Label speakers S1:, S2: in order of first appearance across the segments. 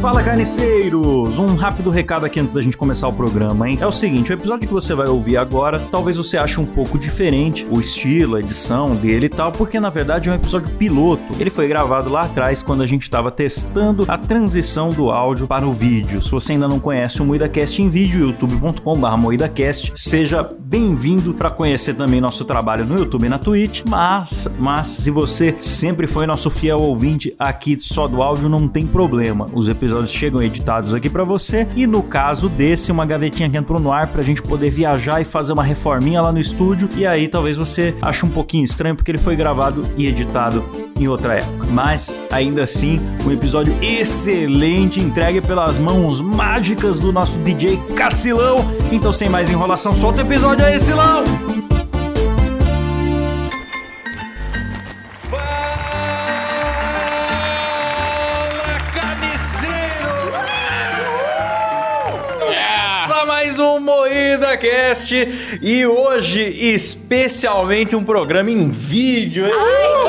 S1: Fala carniceiros! Um rápido recado aqui antes da gente começar o programa, hein? É o seguinte, o episódio que você vai ouvir agora, talvez você ache um pouco diferente o estilo, a edição dele e tal, porque na verdade é um episódio piloto. Ele foi gravado lá atrás quando a gente estava testando a transição do áudio para o vídeo. Se você ainda não conhece o MoidaCast em vídeo, youtube.com.br MoidaCast, seja bem-vindo para conhecer também nosso trabalho no YouTube e na Twitch. Mas, mas se você sempre foi nosso fiel ouvinte aqui só do áudio, não tem problema. Os episódios chegam editados aqui para você e no caso desse, uma gavetinha que entrou no ar pra gente poder viajar e fazer uma reforminha lá no estúdio. E aí talvez você ache um pouquinho estranho porque ele foi gravado e editado em outra época. Mas ainda assim, um episódio excelente entregue pelas mãos mágicas do nosso DJ Cacilão. Então, sem mais enrolação, solta o episódio aí, Silão!
S2: Fala, carniceiro! Começa mais um Moída Cast e hoje especialmente um programa em vídeo. hein?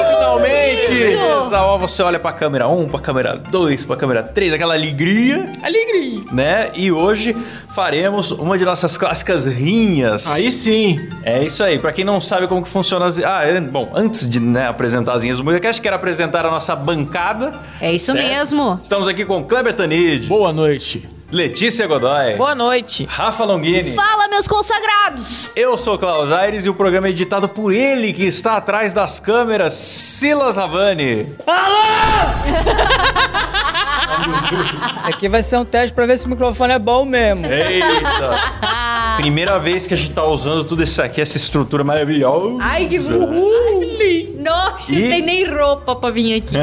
S2: Finalmente!
S3: lindo!
S2: Essa hora você olha pra câmera 1, pra câmera 2, pra câmera 3, aquela alegria,
S3: Alegria!
S2: né? E hoje faremos uma de nossas clássicas rinhas.
S4: Aí sim.
S2: É isso aí. Pra quem não sabe como que funciona as... Ah, an- bom, antes de né, apresentar as linhas do Musicast, quero apresentar a nossa bancada.
S3: É isso
S2: Certo?
S3: mesmo.
S2: Estamos aqui com Kleber Tanid,
S4: Boa noite.
S2: Letícia Godoy,
S5: Boa noite.
S2: Rafa Longini.
S3: Fala, meus consagrados!
S2: Eu sou Klaus Aires e o programa é editado por ele, que está atrás das câmeras, Silas Havani.
S5: Isso aqui vai ser um teste pra ver se o microfone é bom mesmo.
S2: Eita! Primeira vez que a gente tá usando tudo isso aqui, essa estrutura maravilhosa.
S3: Ai, que lindo! Nossa,
S2: E- É.
S3: não tem nem roupa pra vir aqui.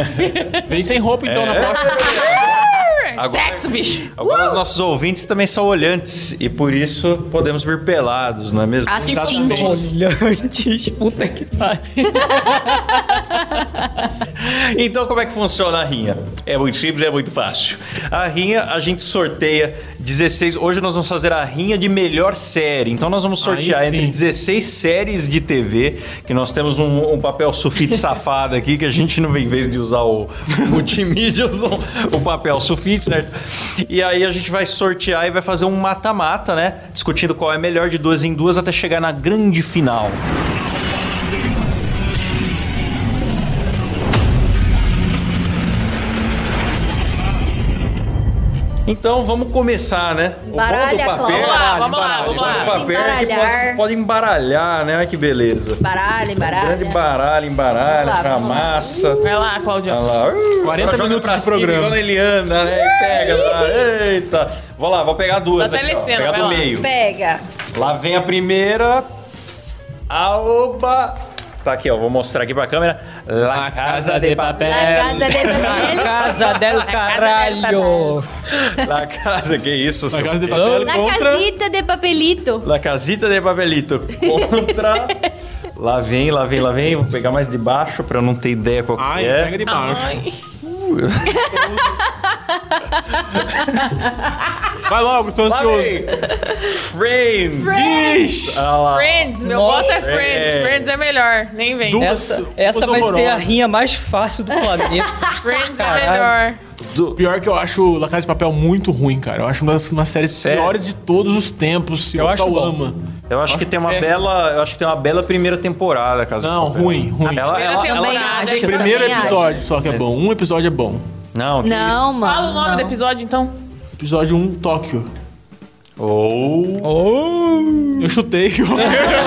S4: Vem sem roupa então na próxima.
S2: Agora-
S3: Sexo, bicho!
S2: Agora
S5: Uh!
S2: os nossos ouvintes também são olhantes e por isso podemos vir pelados, não é mesmo?
S3: Assistindo.
S5: Olhantes, puta que pariu.
S2: Então, como é que funciona a rinha? É muito simples, é muito fácil. A rinha, a gente sorteia 16. Hoje nós vamos fazer a rinha de melhor série. Então, nós vamos sortear
S4: Aí sim.
S2: entre 16 séries de TV, que nós temos um, um papel sulfite safado aqui, que a gente não, em vez de usar o o multimídia, usa um, o, o papel sulfite, certo? E aí a gente vai sortear e vai fazer um mata-mata, né? Discutindo qual é melhor de duas em duas até chegar na grande final. Então vamos começar, né? O bom do
S3: Baralha, Cláudio.
S5: Vamos lá,
S2: baralho,
S5: vamos lá,
S2: baralho.
S5: vamos lá.
S2: O papel é que
S3: Embaralhar.
S2: pode- pode embaralhar, né? Olha que beleza.
S3: Baralha,
S2: Tá Grande
S3: baralha.
S2: baralho,
S3: Vamos lá,
S2: embaralha, pra
S3: vamos lá.
S2: massa.
S5: Vai lá, Claudio.
S2: Olha lá. Uh,
S4: 40
S2: agora joga
S4: minutos
S2: pra
S4: de
S2: cima,
S4: programa.
S2: Igual a Eliana, né? E Pega lá. Eita. Vou lá, vou pegar duas.
S5: Tá
S2: aqui, ó.
S5: telecena,
S2: Pegar
S5: vai
S2: do
S5: lá.
S2: meio.
S3: Pega.
S2: Lá vem a primeira. Aoba. Tá aqui, ó. Vou mostrar aqui pra câmera. La Casa
S4: La Casa
S2: de
S4: de
S2: Papel.
S3: La casa de papel.
S5: Casa del
S6: tá
S5: caralho.
S2: La Casa, que isso.
S4: Na
S2: seu-
S4: casa de papel
S3: La
S4: contra.
S3: casita de papelito.
S2: La Casita de Papelito contra. lá vem, lá vem, lá vem. Vou pegar mais de baixo pra eu não ter ideia qual que
S4: Ai,
S2: é.
S4: pega de baixo.
S6: assim,
S4: Vai logo, tô
S2: Lá
S4: ansioso.
S2: vem. Friends. Friends. Olha lá.
S6: Friends, meu
S5: Nossa.
S6: voto é Friends.
S2: Ah. É.
S6: Friends é melhor. Nem vem.
S4: Du-
S5: Essa,
S4: Duas
S5: essa vai
S4: horrorosas.
S5: ser a rinha mais fácil do planeta.
S6: Friends
S5: Caralho.
S6: é melhor.
S2: Do-
S4: Pior que eu acho La Casa de Papel muito ruim, cara. Eu acho uma das uma séries
S2: Sério?
S4: piores de todos os tempos.
S5: Eu acho
S4: tal
S5: bom.
S4: ama.
S2: Eu acho que tem uma
S4: Péssimo.
S2: bela, eu acho que tem uma bela primeira temporada, Casa de
S4: Não,
S2: Papel.
S4: ruim, ruim.
S2: Ela,
S6: Primeira
S2: ela,
S6: temporada.
S2: ela,
S3: Também acho.
S6: hein?
S4: Primeiro
S3: também acho.
S4: episódio só que é bom. Um episódio é bom.
S2: não, que isso.
S3: Não, mano.
S6: Fala o nome
S3: não.
S6: do episódio, então.
S4: Episódio 1, Tóquio.
S2: Ou
S5: Oh.
S4: Eu chutei.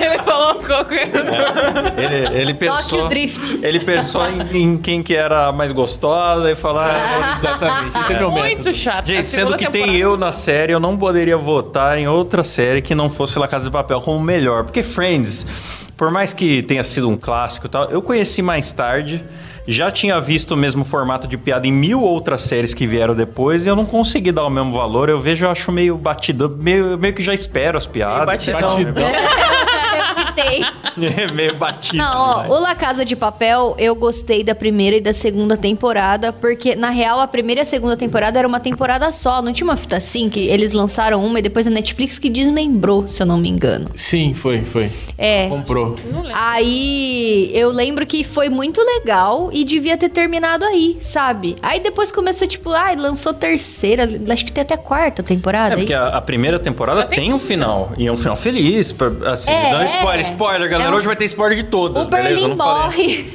S6: Ele falou um qualquer...
S2: ele, ele pensou,
S3: Tóquio Drift.
S2: ele pensou em, em quem que era a mais gostosa e falar, "Ah,
S4: Exatamente. Esse é meu método.
S6: Muito chato. A
S2: Gente, sendo
S6: segunda
S2: que
S6: temporada- é
S2: tem eu na série, eu não poderia votar em outra série que não fosse La Casa de Papel como melhor. Porque Friends, por mais que tenha sido um clássico e tal, eu conheci mais tarde. Já tinha visto o mesmo formato de piada em mil outras séries que vieram depois e eu não consegui dar o mesmo valor. Eu vejo, eu acho meio batidão, meio, meio que já espero as piadas.
S6: batidão.
S4: Batidão.
S3: É o que tem.
S2: É meio batido.
S3: Não, ó, o La Casa de Papel, eu gostei da primeira e da segunda temporada, porque, na real, a primeira e a segunda temporada era uma temporada só, não tinha uma fita assim, que eles lançaram uma e depois a Netflix que desmembrou, se eu não me engano.
S4: Sim, foi, foi.
S3: É.
S4: Comprou.
S3: Aí eu lembro que foi muito legal e devia ter terminado aí, sabe? Aí depois começou, tipo, ai, lançou terceira, acho que tem até quarta temporada
S2: É porque
S3: aí.
S2: a, a primeira temporada tem um final. E é um final feliz. pra- assim,
S3: É,
S2: dando spoiler,
S3: é.
S2: spoiler, galera.
S3: É um-
S2: Hoje vai ter spoiler de todas,
S3: O
S2: beleza? Eu
S3: Berlim
S2: não falei.
S3: morre.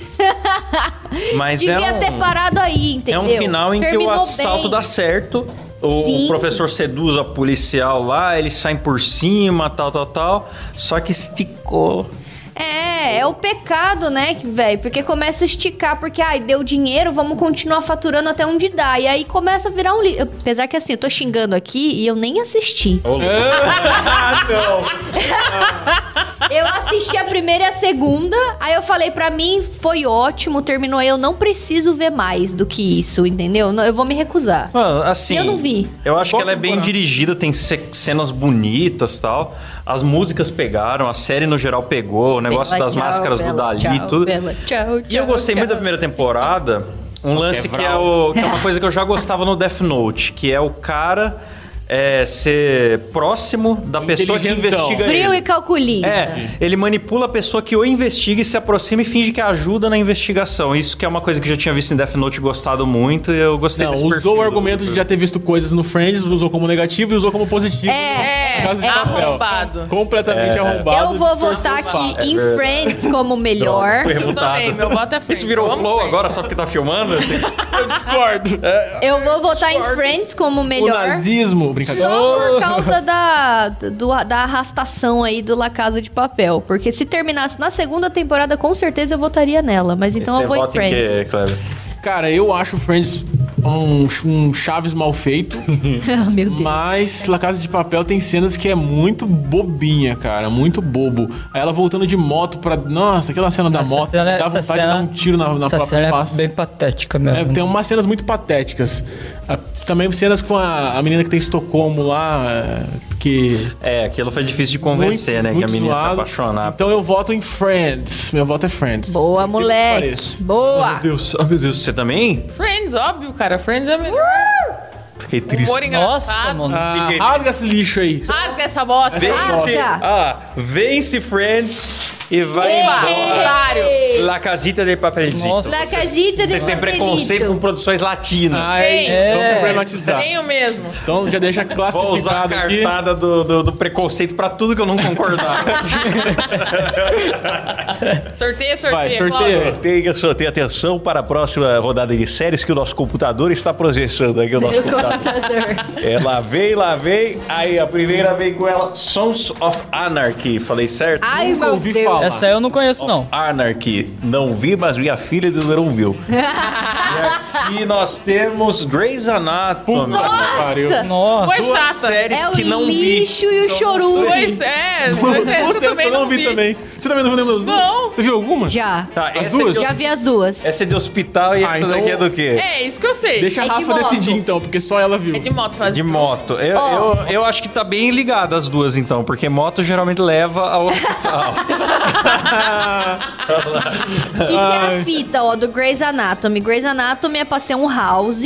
S2: Mas é
S3: devia
S2: um-
S3: ter parado aí,
S2: É
S3: entendeu?
S2: um final em que o
S3: Terminou
S2: assalto
S3: bem.
S2: dá certo. O, o
S3: Sim.
S2: professor seduz a policial lá, eles saem por cima, tal, tal, tal. Só que esticou.
S3: É, é o pecado, né, que- velho? Porque começa a esticar, porque, ai, deu dinheiro, vamos continuar faturando até onde dá. E aí começa a virar um livro. Apesar que, assim, eu tô xingando aqui e eu nem assisti.
S2: Ô, louco.
S3: Eu assisti a primeira e a segunda, aí eu falei pra mim, foi ótimo, terminou aí, eu não preciso ver mais do que isso, entendeu? Não, Eu vou me recusar.
S2: Mano, assim.
S3: Eu não vi.
S2: Eu acho
S4: Boa
S2: que ela é bem
S4: temporada.
S2: dirigida, tem ce- cenas bonitas tal. As músicas pegaram, a série no geral pegou, o um negócio
S3: Bela,
S2: das
S3: tchau,
S2: máscaras do
S3: bela,
S2: Dali
S3: tchau,
S2: tudo.
S3: bela, tchau,
S2: E eu
S3: tchau,
S2: gostei muito da
S3: tchau.
S2: primeira temporada. Um lance que é,
S4: Vral.
S2: o- que é uma coisa que eu já gostava no Death Note, que é o cara é, ser próximo da pessoa que
S4: inteligentão.
S2: investiga
S3: Frio
S2: ele.
S3: e calculinho.
S2: É, ele manipula a pessoa que o investiga e se aproxima e finge que é ajuda na investigação. Isso que é uma coisa que eu já tinha visto em Death Note e gostado muito, e eu gostei
S4: Não,
S2: desse
S4: usou
S2: perfil.
S4: o argumento de já ter visto coisas no Friends, usou como negativo e usou como positivo.
S3: É,
S4: Na Casa de
S3: é
S4: Papel.
S6: arrombado.
S4: Completamente arrombado.
S3: Eu vou
S4: distorceu
S3: votar
S4: os fatos.
S3: aqui
S2: É
S3: em Friends como melhor.
S2: Foi
S6: Eu
S2: rebutado.
S6: também, meu voto é Friends.
S2: Isso virou
S6: Vamos
S2: flow
S6: Friends.
S2: agora, só porque tá filmando? assim?
S4: Eu discordo.
S3: Eu vou votar em Friends como
S4: O
S3: é melhor.
S4: nazismo, brincadeira.
S3: Só por causa da, do- da arrastação aí do La Casa de Papel. Porque se terminasse na segunda temporada, com certeza eu votaria nela. Mas então
S2: Você
S3: eu vou em
S2: vota em
S3: Friends.
S2: quê, Kleber?
S4: Cara, eu acho Friends um, um Chaves mal feito,
S3: Ah, meu Deus.
S4: mas La Casa de Papel tem cenas que é muito bobinha, cara, muito bobo. Aí ela voltando de moto pra. Nossa, aquela cena da moto,
S5: cena-
S4: Tá
S5: é-
S4: dá
S5: essa
S4: vontade de
S5: cena-
S4: dar um tiro na, na
S5: essa
S4: própria
S5: cena
S4: face.
S5: é bem patética mesmo.
S4: É, tem umas cenas muito patéticas. Ah, Também cenas com a, a menina que tem Estocolmo lá, eh, que
S2: É, aquilo foi difícil de convencer,
S4: muito-
S2: né?
S4: muito
S2: que a menina
S4: zoado.
S2: se apaixonar.
S4: Então eu voto em Friends. Meu voto é Friends. Por
S3: Boa,
S4: que que
S3: moleque.
S4: pareça.
S3: Boa.
S2: Deus, oh meu Deus, você também?
S6: Friends, óbvio, cara. Friends é melhor.
S2: Fiquei triste.
S6: Humor
S4: um
S5: Nossa,
S6: engraçado.
S5: mano.
S4: Ah, rasga esse lixo aí.
S6: Rasga essa bosta.
S3: Rasga.
S2: ah, vence Friends e vai embora.
S6: Otário.
S2: La Casita de
S4: Ah,
S2: Papelzito.
S5: Nossa.
S3: La Casita de
S2: Vocês têm
S3: Papelito.
S2: preconceito com produções latinas.
S4: Ah, é
S6: Tem.
S4: isso. Vamos
S5: É.
S4: problematizar.
S6: Tenho mesmo.
S4: Então já deixa
S2: Vou usar a
S4: classificado aqui.
S2: cartada do, do, do preconceito pra tudo que eu não concordar.
S6: Sorteia, sorteia.
S4: Vai,
S6: Cláudio.
S4: sorteia.
S7: Tenha, só tenha atenção para a próxima rodada de séries que o nosso computador está projetando aqui o nosso computador. É, lá vem, lá vem. Aí a primeira vem com ela.
S2: Sons of Anarchy, falei certo?
S3: Ai,
S4: Nunca
S3: meu
S4: ouvi
S3: Deus.
S4: falar.
S5: Essa aí eu não conheço, não.
S7: Anarchy. Não vi, mas minha filha do verão viu.
S2: E nós temos Grey's Anatomy.
S3: Nossa!
S5: Nossa.
S6: Foi
S2: Duas
S6: chata.
S2: séries
S3: É o
S2: que não vi.
S3: lixo e o chorume.
S6: Pois é, pois é,
S4: Duas
S6: eu
S4: séries que
S6: também
S4: eu não vi também. Você também não viu nenhuma?
S6: Não.
S4: Você viu alguma?
S3: Já.
S2: Tá,
S4: As
S2: essa
S4: duas?
S2: É
S3: Já
S2: de,
S3: vi as duas.
S2: essa é de hospital e
S4: Ah,
S2: essa
S4: então-
S2: daqui é do quê?
S6: É, isso que eu sei.
S4: Deixa a
S3: É de
S4: Rafa
S3: moto.
S4: decidir então, porque só ela viu.
S6: É de moto fazer.
S2: De moto. Eu,
S3: Ó.
S2: eu, eu acho que tá bem ligado as duas, então, porque moto geralmente leva ao hospital.
S3: O que, que é a fita, ó, do Grey's Anatomy? Grey's Anatomy é pra ser um house,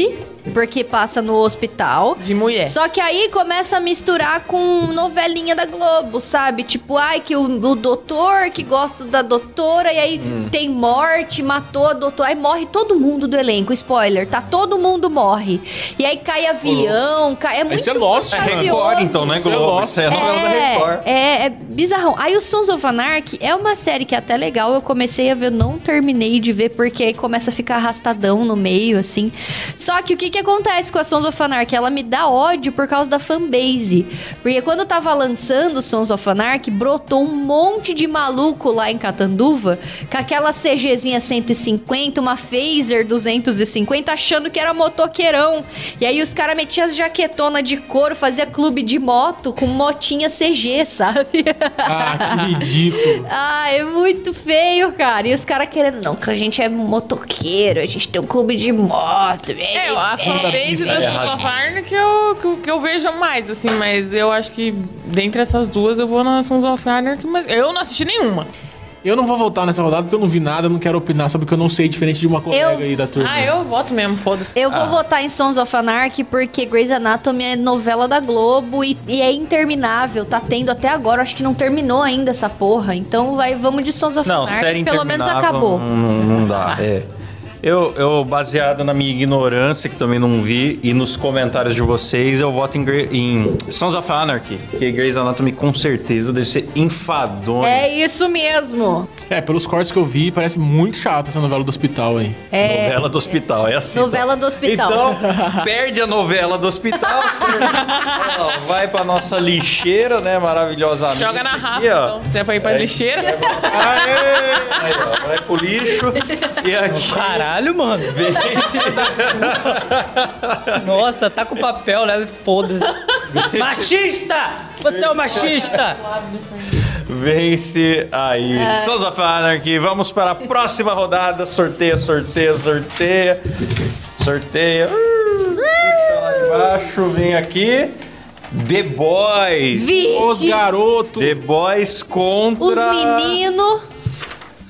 S3: porque passa no hospital.
S6: De
S5: É.
S6: mulher.
S3: Só que aí começa a misturar com novelinha da Globo, sabe? Tipo, ai, que o, o doutor que gosta da doutora, e aí
S4: Hum.
S3: tem morte, matou a doutora, aí morre todo mundo do elenco. Spoiler, tá? Todo mundo morre. E aí cai avião, cai. É muito
S4: Isso é Lost, né?
S3: fantasioso.
S2: Record, então, né,
S4: Isso é
S2: Globo?
S4: Lost.
S2: Isso é novela da Record.
S3: É, é, é bizarrão. Aí o Sons of Anarchy é uma série que é até legal. Eu comecei a ver, eu não terminei de ver, porque aí começa a ficar arrastadão no meio, assim. Só que o que, que acontece com a Sons of Anarchy? Ela me dá ódio por causa da fanbase. Porque quando eu tava lançando Sons of Anarchy, brotou um monte de maluco lá em Catanduva, com aquela CGzinha 150, uma Phaser 250, achando que era motoqueirão. E aí os caras metiam as jaquetonas de couro, fazia clube de moto com motinha CG, sabe?
S4: Ah, que ridículo.
S3: Ah, é muito feio, cara. E os caras querendo, não, que a gente é motoqueiro, a gente tem um clube de moto.
S6: É, a fanbase
S4: é
S6: da Santa Farn que eu, que, eu- que eu vejo mais, assim,
S4: Uhum.
S6: mas eu acho que dentre essas duas eu vou na Sons of Anarchy, mas eu não assisti nenhuma.
S4: Eu não vou voltar nessa rodada porque eu não vi nada, eu não quero opinar sobre o que eu não sei, diferente de uma colega
S3: Eu-
S4: aí da turma.
S6: Ah, eu voto mesmo, foda-se.
S3: Eu
S2: Ah.
S3: vou votar em Sons of Anarchy porque Grey's Anatomy é novela da Globo e, e é interminável. Tá tendo até agora, acho que não terminou ainda essa porra. Então vai, vamos de Sons of
S2: Não,
S3: Anarchy,
S2: série
S3: pelo menos
S2: interminável
S3: acabou.
S2: Não, não dá, é. Eu, eu, baseado na minha ignorância, que também não vi, e nos comentários de vocês, eu voto em, Grey- em Sons of Anarchy. Porque Grey's Anatomy, com certeza, deve ser enfadonho.
S3: É isso mesmo.
S4: É, pelos cortes que eu vi, parece muito chato essa novela do hospital aí.
S3: É
S2: Novela do hospital, é assim.
S3: novela do hospital.
S2: Então, perde a novela do hospital, senhor. Ela vai pra nossa lixeira, né? Maravilhosamente.
S6: Joga na
S2: aqui,
S6: Rafa,
S2: ó.
S6: então. Se é pra ir pra lixeira.
S2: Aê! Aí, ó, vai pro lixo. E aqui.
S5: Caralho, mano. Nossa, tá com papel, né? Foda-se. machista! Você é um machista!
S2: Vence aí.
S3: É.
S2: Sons of Anarchy. Vamos para a próxima rodada. Sorteia, sorteia, sorteia. Sorteia. Uh, puxa lá embaixo. Vem aqui. The Boys.
S4: Os
S3: Vixe,
S4: garotos!
S2: The Boys contra...
S3: os meninos.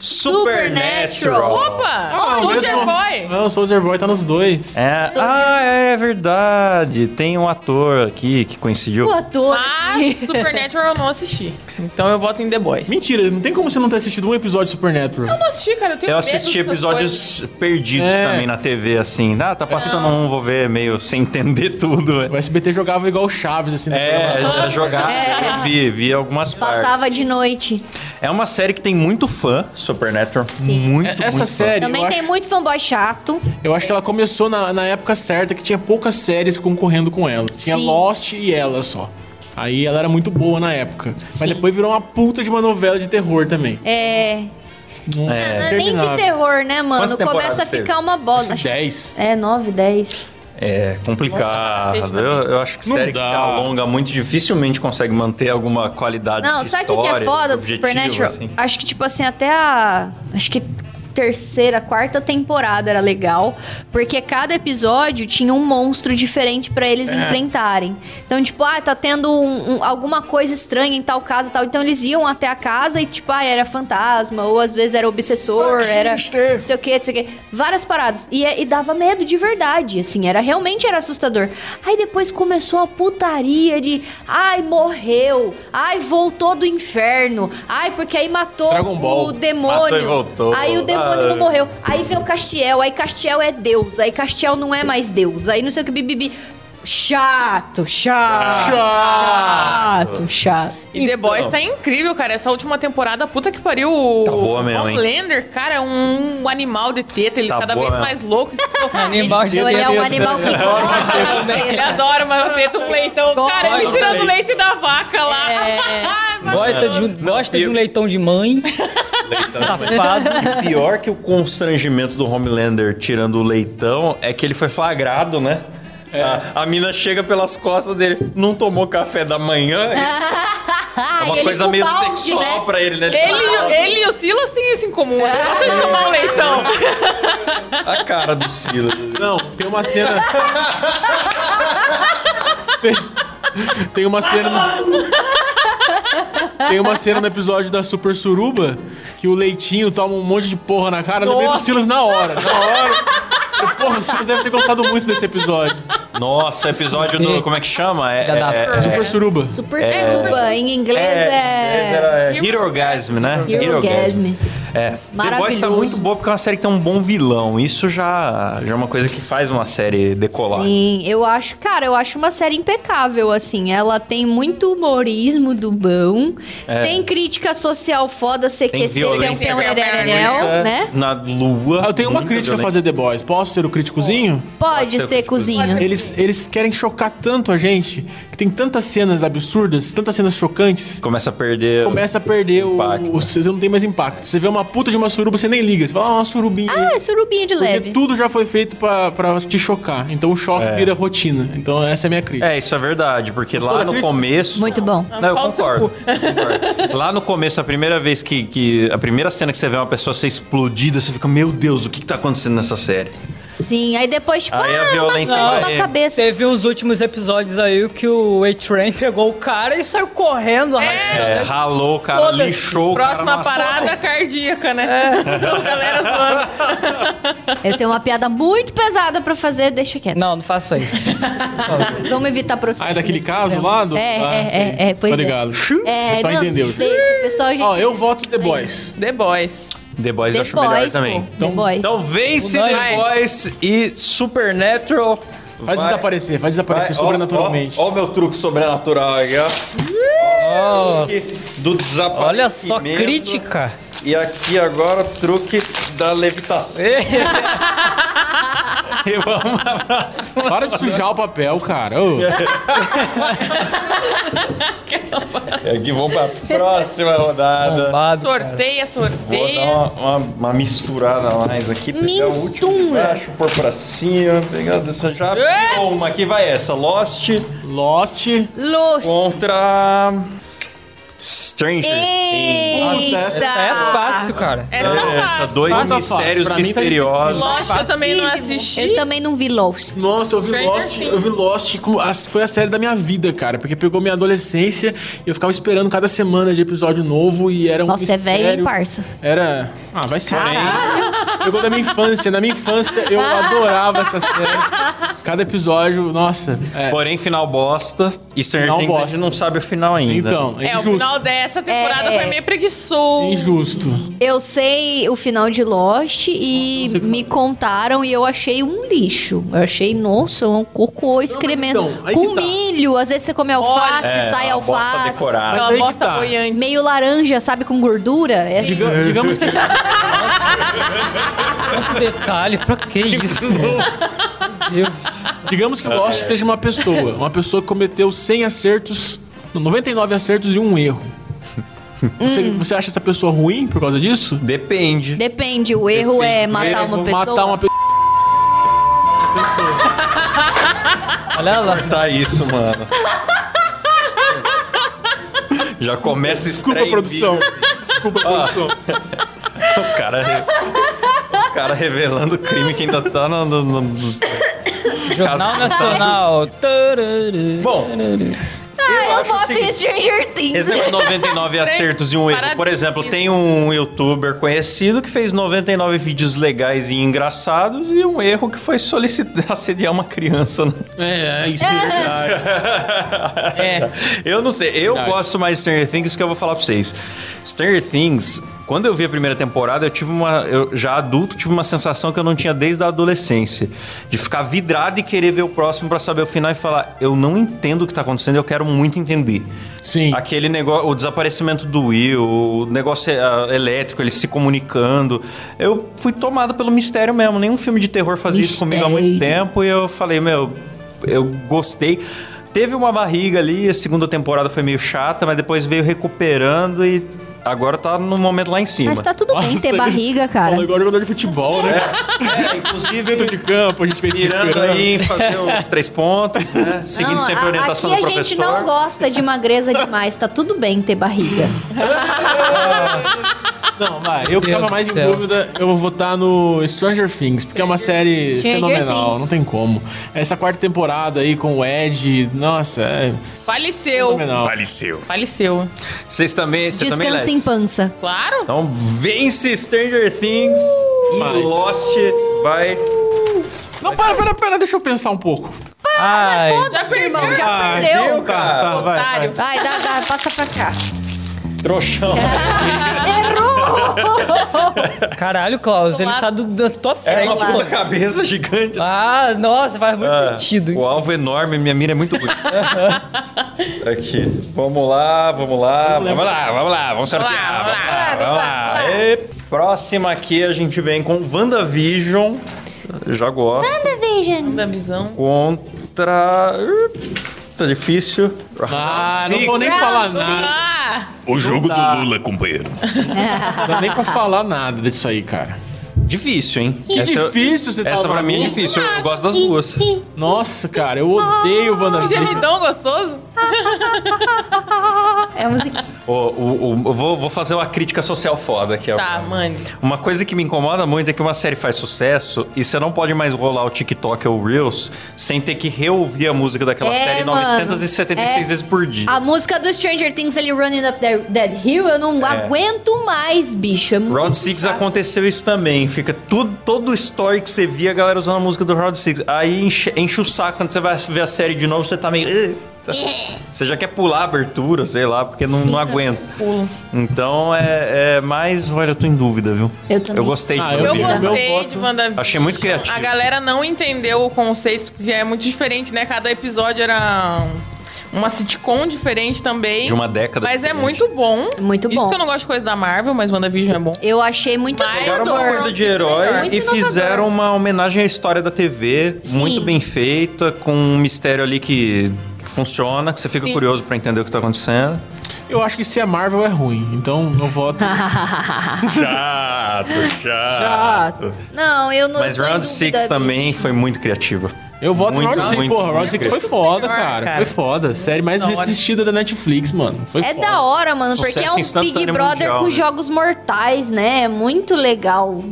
S2: Supernatural.
S3: Supernatural.
S6: Opa!
S4: Ah,
S6: Ó,
S4: o
S6: Soldier
S4: mesmo-
S6: Boy!
S4: Não, o Soldier Boy tá nos dois.
S2: É,
S3: Sobre-
S2: Ah, é verdade. Tem um ator aqui que coincidiu.
S3: O ator.
S6: Mas Supernatural eu não assisti. Então eu voto em The Boys.
S4: Mentira, não tem como você não ter assistido um episódio de Supernatural.
S6: Eu não assisti, cara. Eu tenho
S2: Eu
S6: medo
S2: assisti
S6: dessas coisas.
S2: episódios perdidos
S4: É.
S2: também na TV, assim. Ah, tá passando um, vou ver meio sem entender tudo.
S4: O SBT jogava igual o Chaves, assim. na
S2: É,
S4: programação.
S2: já jogava,
S3: É.
S2: vi, vi algumas partes.
S3: Passava de noite.
S2: É uma série que tem muito fã, Supernatural. Muito,
S4: É, Essa
S2: muito
S4: série, eu
S3: Também tem
S4: acho,
S3: muito fanboy chato.
S4: eu acho que ela começou na, na época certa, que tinha poucas séries concorrendo com ela. Tinha
S3: Sim.
S4: Lost e ela só. Aí ela era muito boa na época.
S3: Sim.
S4: Mas depois virou uma puta de uma novela de terror também.
S3: É.
S2: fã. É,
S3: Não, nem de
S4: Terminável.
S3: terror, né, mano?
S2: Quantas temporadas
S3: Começa a
S2: teve?
S3: ficar uma bola. Acho-
S4: 10.
S3: É, 9, 10.
S2: é complicado. Eu, eu acho que
S4: Não
S2: série que
S4: dá.
S2: se alonga muito dificilmente consegue manter alguma qualidade
S3: Não,
S2: de
S3: sabe o que,
S2: história,
S3: que é foda do
S2: objetivo,
S3: Supernatural?
S2: assim.
S3: Acho que, tipo assim, até a. Acho que terceira, quarta temporada era legal, porque cada episódio tinha um monstro diferente pra eles enfrentarem. Então, tipo, ah, tá tendo um- um- alguma coisa estranha em tal casa e tal. Então eles iam até a casa e, tipo, ah, era fantasma, ou às vezes era obsessor, era não sei o que, não sei o que. Várias paradas. E, é- e dava medo de verdade, assim, era realmente era assustador. Aí depois começou a putaria de ai, morreu, ai, voltou do inferno, ai, porque aí matou
S4: Dragon Ball.
S3: o demônio.
S2: Matou e voltou.
S3: Aí o demônio
S2: Ah.
S3: não morreu. Aí vem o Castiel, aí Castiel é Deus, aí Castiel não é mais Deus, aí não sei o que, bibibi. Chato, chato. Chato, chato.
S6: E
S2: Então.
S6: The Boys tá incrível, cara. Essa última temporada, puta que pariu. o-
S2: Tá boa mesmo, hein?
S6: Homelander, cara, é um animal de teta. Ele
S2: Tá
S6: cada
S2: boa
S6: vez
S2: mesmo.
S6: mais louco. esquizofrênico.
S5: Animal de
S3: Então, ele é um animal que gosta né? de
S6: Ele
S3: treta.
S6: adora uma teta, um leitão. Cara, ele tirando o leite da vaca lá.
S3: É.
S6: Ai, mas-
S5: Gosta de,
S4: É.
S5: um- gosta de um leitão de mãe.
S2: Tá E Pior que o constrangimento do Homelander tirando o leitão é que ele foi flagrado, né?
S3: É.
S2: A, a mina chega pelas costas dele, não tomou café da manhã.
S3: Ah,
S2: é uma
S3: ele
S2: coisa
S3: com
S2: meio
S3: balde,
S2: sexual
S3: né?
S2: pra ele, né? Ele
S6: Ele, e o- ele e o Silas têm isso em comum. Ele gosta de tomar um leitão.
S2: fala A cara do Silas.
S4: Não, tem uma cena. tem, tem uma cena. No... Tem uma cena no episódio da Super Suruba que o leitinho toma um monte de porra na cara. Eu Lembrei do
S6: Nossa.
S4: Silas na hora. Na hora. Eu, Porra, o Silas deve ter gostado muito desse episódio.
S2: Nossa, episódio do. Como é que chama? É,
S5: da
S2: é- é-
S4: Super Suruba.
S3: Super Suruba, em inglês é.
S2: é, Hero Orgasm, né?
S3: Hero Orgasm.
S2: É. The Boys tá
S3: Maravilhoso.
S2: muito boa porque é uma série que tem um bom vilão. Isso já, já é uma coisa que faz uma série decolar.
S3: Sim, eu acho, cara, eu acho uma série impecável, assim. Ela tem muito humorismo do bom, tem crítica social foda,
S2: É. Tem
S3: CQC,
S2: violência
S3: peão, peão,
S6: gratuita,
S3: erererel, né?
S2: Na lua.
S4: Ah, Eu tenho uma crítica a fazer The Boys. Posso ser o críticozinho?
S3: Pode
S2: ser
S3: ser cozinha.
S4: Eles, eles querem chocar tanto a gente que tem tantas cenas absurdas, tantas cenas chocantes
S2: Começa a perder.
S4: começa a perder o,
S2: Impacto.
S4: o- Você não tem mais impacto. Você vê uma puta de uma suruba, você nem liga. Você fala, ah, uma surubinha.
S3: Ah, é surubinha de
S4: Porque
S3: leve.
S4: tudo já foi feito pra, pra te chocar. Então o choque vira rotina. Então essa é a minha crítica.
S2: É, isso é verdade, porque lá
S4: da
S2: no
S4: crítica?
S2: começo.
S3: Muito bom.
S2: Não, eu
S6: Pau no seu
S2: concordo,
S6: cu.
S2: concordo. Lá no começo, a primeira vez que, que. A primeira cena que você vê uma pessoa ser explodida, você fica, meu Deus, o que, que tá acontecendo nessa série?
S3: Sim, aí depois, tipo,
S2: Aí a
S3: ah, uma,
S2: violência
S3: mais uma
S2: vai-
S3: cabeça.
S5: Teve uns últimos episódios aí que o A-Train pegou o cara e saiu correndo. arrancando.
S2: É, ralou o cara,
S5: Foda-se.
S2: lixou o cara
S6: Próxima
S2: na-
S6: parada cardíaca, né? Galera zoando.
S3: Eu tenho uma piada muito pesada pra fazer, deixa quieto.
S5: Não, não faça isso.
S3: Vamos evitar processo.
S4: Ah, é daquele
S3: nesse
S4: caso
S3: programa.
S4: lá do-
S3: É,
S4: Ah,
S3: é,
S4: sim.
S3: é, é, pois
S4: Tá ligado.
S3: é.
S4: O pessoal
S3: não,
S4: entendeu.
S3: deixa, o pessoal,
S2: É.
S3: gente.
S4: Ó, eu voto The Boys.
S6: The Boys.
S2: The Boys eu
S3: The
S2: acho melhor
S3: Boys,
S2: também.
S3: pô, The Boys.
S2: Então vence
S5: Vai.
S2: The Boys e Supernatural.
S4: Faz
S2: Vai.
S4: desaparecer, faz desaparecer sobrenaturalmente.
S2: Ó o meu truque sobrenatural aí, ó.
S5: Nossa.
S2: Do desaparecimento.
S5: Olha só, crítica.
S2: E aqui agora o truque da levitação. E vamos lá pra próxima.
S4: Para de sujar o papel, cara. Ô,
S2: É. E aqui É vamos pra próxima rodada.
S5: Bombado, cara.
S6: Sorteia,
S2: Vou dar
S6: sorteia.
S2: uma, uma- uma misturada a mais aqui. Pegar o último de
S3: Mistura.
S2: baixo, pôr pra cima. Pegar dessa já.
S6: É.
S2: pegou Uma aqui vai essa. Lost
S4: Lost.
S3: Lux.
S2: contra... Stranger Things.
S3: Eita.
S2: Nossa,
S5: É
S3: Ah.
S5: fácil, cara.
S6: Essa é
S2: essa-
S6: fácil.
S2: dois
S4: Fácil, fácil.
S2: mistérios
S4: Pra mim tá
S2: misteriosos.
S6: Lost eu também não
S3: Eu
S6: assisti.
S3: também não vi Lost.
S4: Nossa, eu vi
S6: Stranger
S4: Lost,
S6: Things.
S4: eu vi Lost, como a- foi a série da minha vida, cara, porque pegou minha adolescência e eu ficava esperando cada semana de episódio novo e era um
S3: Nossa, é velho, hein,
S4: mistério.
S3: parça?
S4: Era. Ah, vai ser. Pegou da minha infância. Na minha infância eu adorava essa série. Cada episódio, nossa. é.
S2: Porém, final bosta. E Stranger
S4: Final
S2: Things a
S4: bosta.
S2: gente não sabe o final ainda.
S4: Então, é
S6: É, o
S4: injusto. é
S6: final dessa temporada
S3: É.
S6: foi meio preguiçoso.
S4: Injusto.
S3: Eu sei o final de Lost e
S4: sei o que
S3: me contaram e eu achei um lixo. Eu achei, nossa, um cocô, excremento.
S4: então, aí
S3: Com
S4: que tá.
S3: milho, às vezes você come alface,
S2: É,
S3: sai
S2: a bosta
S3: alface.
S2: decorada.
S4: Mas
S6: Aquela
S4: aí que
S6: bosta
S4: tá.
S6: boiante.
S3: Meio laranja, sabe, com gordura. É-
S4: Diga- digamos que
S5: Tanto detalhe, pra que isso?
S4: Digamos que o Lost seja uma pessoa. Uma pessoa que cometeu 100 acertos, não, 99 acertos e um erro.
S3: Hum.
S4: Você, você acha essa pessoa ruim por causa disso?
S2: Depende.
S3: Depende, o erro é matar uma pessoa.
S4: Matar uma pessoa.
S5: Olha lá.
S2: Tá isso, mano. Já começa
S4: Desculpa,
S2: extrair
S4: produção.
S2: vídeo,
S4: Desculpa, produção.
S2: assim. O cara, re- o cara revelando o crime que ainda tá no... no- no- no-
S5: Jornal
S2: Caso-
S5: Nacional. Tarará.
S2: Bom,
S3: Ah, eu,
S2: acho o
S3: voto em
S2: seguinte.
S3: Stranger Things.
S2: esse negócio de 99 acertos e um erro. Por
S6: Paradíssimo.
S2: exemplo, tem um youtuber conhecido que fez 99 vídeos legais e engraçados e um erro que foi solicitar assediar uma criança. né?
S4: É, é isso. é verdade.
S5: É.
S2: Eu não sei, eu
S4: Verdade.
S2: gosto mais de Stranger Things que eu vou falar pra vocês. Stranger Things, quando eu vi a primeira temporada, eu tive uma. Eu, já adulto, tive uma sensação que eu não tinha desde a adolescência. De ficar vidrado e querer ver o próximo pra saber o final e falar, eu não entendo o que tá acontecendo, eu quero muito entender.
S4: Sim.
S2: Aquele negócio, o desaparecimento do Will, o negócio eh, ah, elétrico, ele se comunicando. Eu fui tomado pelo mistério mesmo. Nenhum filme de terror fazia isso comigo há muito
S3: Mistério.
S2: tempo e eu falei, meu, eu gostei. Teve uma barriga ali, a segunda temporada foi meio chata, mas depois veio recuperando e agora tá no momento lá em cima.
S3: Mas tá tudo bem
S4: Nossa,
S3: ter barriga, cara.
S4: Falou igual jogador de futebol, né?
S2: É, inclusive,
S4: Dentro de campo, a gente fez
S2: mirando
S4: recuperando.
S2: aí, fazer os três pontos, né? Seguindo
S3: Não,
S2: sempre a
S3: a-
S2: orientação
S3: aqui
S2: do
S3: a
S2: professor.
S3: gente não gosta de magreza demais, tá tudo bem ter barriga.
S4: Não, vai. Eu ficava
S5: Deus
S4: mais
S5: do
S4: em
S5: céu.
S4: dúvida, eu vou votar no Stranger Things, porque é uma série
S3: Stranger
S4: fenomenal,
S3: Things.
S4: não tem como. Essa quarta temporada aí com o Ed, nossa, é
S6: Faleceu.
S4: fenomenal.
S2: Faleceu.
S6: Faleceu.
S2: Vocês também, você também,
S3: Descansa
S2: Lex?
S3: em pança.
S6: Claro.
S2: Então vence Stranger Things e
S4: Mas-
S2: Lost vai.
S4: Não, para, para, para, deixa eu pensar um pouco.
S5: Ai.
S3: Foda-se, irmão, já
S4: Ai,
S3: perdeu.
S5: Ah,
S4: Tá, tá, vai.
S6: Otário.
S4: vai.
S3: Vai, dá, dá, passa pra cá.
S2: Trouxão.
S3: Errou!
S5: Caralho, Klaus, ele
S6: Tomara.
S5: tá do, da tua
S2: É
S5: frente,
S4: tipo-
S2: uma
S5: pô.
S2: puta cabeça gigante.
S5: Ah, nossa, faz muito
S2: Ah,
S5: sentido.
S2: O alvo é enorme, minha mira é muito ruim. Aqui. Vamos lá, vamos lá. Vamos lá, vamos lá, vamos sortear.
S6: Vamos lá, vamos
S2: lá, vamos lá. E próxima aqui a gente vem com WandaVision. Já gosto.
S3: WandaVision.
S6: Da visão.
S2: Contra. Tá difícil.
S4: Ah, não vou nem
S3: Six.
S4: falar nada.
S6: Ah,
S8: O jogo
S4: dá.
S8: do Lula, companheiro.
S4: Não dá nem pra falar nada disso aí, cara.
S2: Difícil, hein? Que
S4: difícil você tá
S2: Essa pra mim é
S4: maluco.
S2: difícil. Eu gosto das duas.
S4: Nossa, cara, eu odeio o
S6: Que
S4: WandaVision.
S6: Ah, gemidão gostoso.
S3: É a música.
S2: Ô, o- o- eu vou, vou fazer uma crítica social foda aqui.
S6: Tá,
S2: agora.
S6: mano.
S2: Uma coisa que me incomoda muito é que uma série faz sucesso e você não pode mais rolar o TikTok ou o Reels sem ter que reouvir a música daquela
S3: É,
S2: série
S3: mano.
S2: 976
S3: É.
S2: vezes por dia.
S3: A música do Stranger Things ali, Running Up That, That Hill, eu não
S2: É.
S3: aguento mais, bicho. É muito
S2: Round 6 aconteceu isso também. Fica tudo, todo o story que você via, a galera usando a música do Round 6. Aí enche, enche o saco quando você vai ver a série de novo, você tá meio. "Ugh", tá? Você já quer pular a abertura, sei lá, porque não, não aguenta. Então é, é mais. Olha, eu tô em dúvida, viu?
S3: Eu também.
S2: gostei de
S4: Ah,
S2: Round
S4: eu
S6: Eu
S4: vi.
S2: Six.
S4: Meu
S6: gostei
S4: voto-
S6: de WandaVision.
S2: Achei muito criativo.
S6: A galera não entendeu o conceito, porque é muito diferente, né? Cada episódio era um- uma sitcom diferente também.
S2: De uma década
S6: Mas é
S2: diferente.
S6: muito bom.
S3: É muito
S6: Isso
S3: bom.
S6: que eu não gosto de coisa da Marvel, mas WandaVision é bom.
S3: Eu achei muito
S6: Mas-
S2: Pegaram
S3: inovador.
S2: uma coisa de herói
S3: é Muito
S2: e
S3: inovador.
S2: fizeram uma homenagem à história da TV,
S3: Sim.
S2: muito bem feita, com um mistério ali que que funciona, que você fica
S6: Sim.
S2: curioso pra entender o que tá acontecendo.
S4: Eu acho que se é Marvel é ruim, então eu voto.
S7: Chato, chato.
S3: Chato. Não, eu não
S2: Mas
S3: tô em
S2: Round
S3: dúvida,
S2: 6
S3: bicho.
S2: também foi muito criativa.
S4: Eu voto
S2: Muito,
S4: no Round
S2: muito,
S4: 6, porra. Round
S2: muito
S4: 6 foi foda,
S6: Melhor,
S4: cara.
S6: cara.
S4: Foi foda. Série mais
S6: Da hora.
S4: assistida da Netflix, mano. Foi
S3: É
S4: foda.
S3: da hora, mano,
S2: Sucesso
S3: porque é um
S2: instantâneo
S3: Big Brother
S2: mundial,
S3: com
S2: né?
S3: jogos mortais, né? É muito legal.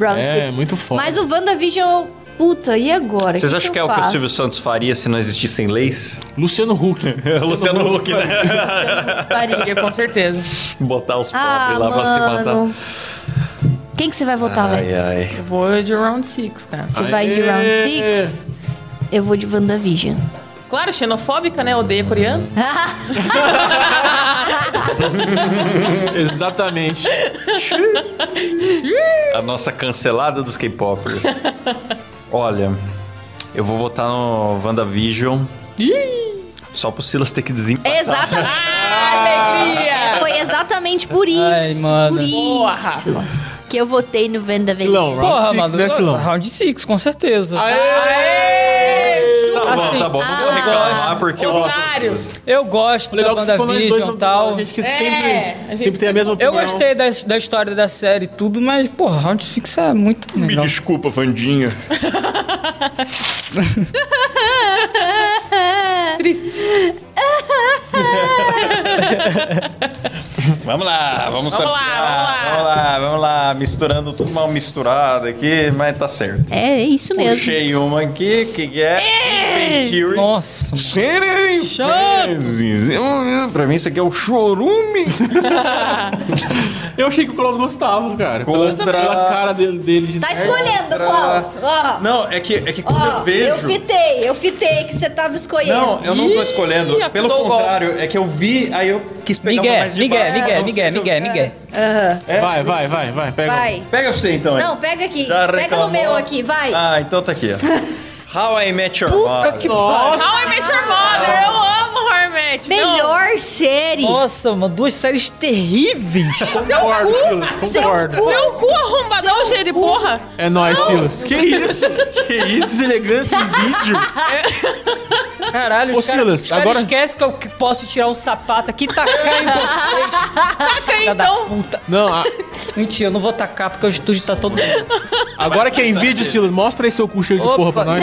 S3: Round
S4: É,
S3: Six.
S4: muito foda.
S3: Mas o WandaVision, puta, e agora?
S2: Vocês acham que, é o que o
S3: faço?
S2: Silvio Santos faria se não existissem leis?
S4: Luciano Huck.
S2: Luciano Huck, né?
S3: Faria.
S6: Porque, com certeza.
S2: Botar os pobres
S3: Ah,
S2: lá pra se matar.
S3: mano. tá Quem que você vai votar,
S2: Ai,
S3: Alex?
S2: ai.
S6: Eu vou de Round six cara.
S4: Ah.
S3: Você vai de Round
S4: Aê!
S3: 6? Eu vou de WandaVision.
S6: Claro, xenofóbica, né? Odeia coreano.
S4: Exatamente.
S2: A nossa cancelada dos K-Popers. Olha, eu vou votar no WandaVision. Só pro Silas ter que desempatar.
S3: Exatamente. É, foi exatamente por isso.
S5: Ai, mano.
S3: Por isso
S6: Boa, Rafa.
S3: que eu votei no WandaVision.
S4: Filão, Round
S5: Porra,
S4: six,
S5: mano.
S4: né, Silão? Ah, é?
S5: round 6, com certeza.
S2: Tá bom, tá bom. Não vou
S3: Ah.
S2: reclamar porque eu gosto.
S6: Otários.
S5: Eu gosto da
S4: Legal que ficou nós dois né?
S5: WandaVision
S4: no
S5: e tal.
S4: A gente que
S6: É, a
S4: sempre,
S6: gente
S4: sempre tem a mesma
S5: Eu
S4: opinião.
S5: gostei da, da história da série e tudo, mas, porra, Round 6 é muito melhor.
S7: desculpa, Vandinha.
S2: Vamos lá, vamos,
S6: Vamos lá,
S2: saborear.
S6: vamos
S2: Vamos lá, vamos lá. Misturando tudo mal misturado aqui, mas tá certo.
S3: É, é isso mesmo.
S2: Puxei uma aqui, que que é? Big Bang Theory.
S5: Nossa.
S2: Pra mim isso aqui é o chorume
S4: Eu achei que o Klaus gostava, cara. Pela,
S2: Contra-
S4: pela cara dele. dele de-
S3: Tá escolhendo, Klaus. Ó,
S2: Não, é que, é que quando
S3: ó,
S2: eu vejo...
S3: eu fitei, eu fitei que você tava escolhendo.
S2: Não, eu não tô escolhendo.
S6: Ih,
S2: Pelo
S6: acusou o
S2: contrário, é que eu vi, aí eu quis pegar uma
S5: Miguel,
S2: mais de
S5: Miguel,
S2: baixo. é Não
S5: Miguel,
S2: sei
S5: Miguel,
S2: se eu-
S5: Miguel, Miguel.
S3: Aham,
S4: Vai, vai, vai, vai. Pega. um.
S3: vai.
S2: Pega você então. aí.
S3: Não, pega aqui.
S2: Já
S3: Pega
S2: reclamou?
S3: no meu aqui, vai.
S2: Ah, então tá aqui, ó. How I Met Your Mother.
S5: Puta que
S4: Nossa.
S5: pariu.
S6: How I Met Your Mother. Eu amo How I Met. Não.
S3: Melhor série.
S5: Nossa, mano, duas séries terríveis.
S4: Concordo, É Silas.
S3: Seu
S4: Concordo.
S3: cu.
S6: Seu cu arrombadão cheio de porra.
S4: É nóis, Silas. Que isso?
S2: Que isso, elegância em vídeo.
S5: Caralho,
S4: Ô,
S5: os caras
S4: Silas,
S5: os caras
S4: agora-
S5: esquecem que eu que posso tirar um sapato aqui e tacar em vocês.
S6: Saca
S5: filha da
S6: então.
S5: puta.
S4: Não, a-
S5: Mentira, eu não vou tacar porque o estúdio tá todo...
S4: agora que é em vídeo, Silas, mostra aí seu cu cheio de
S5: Opa.
S4: porra pra nós.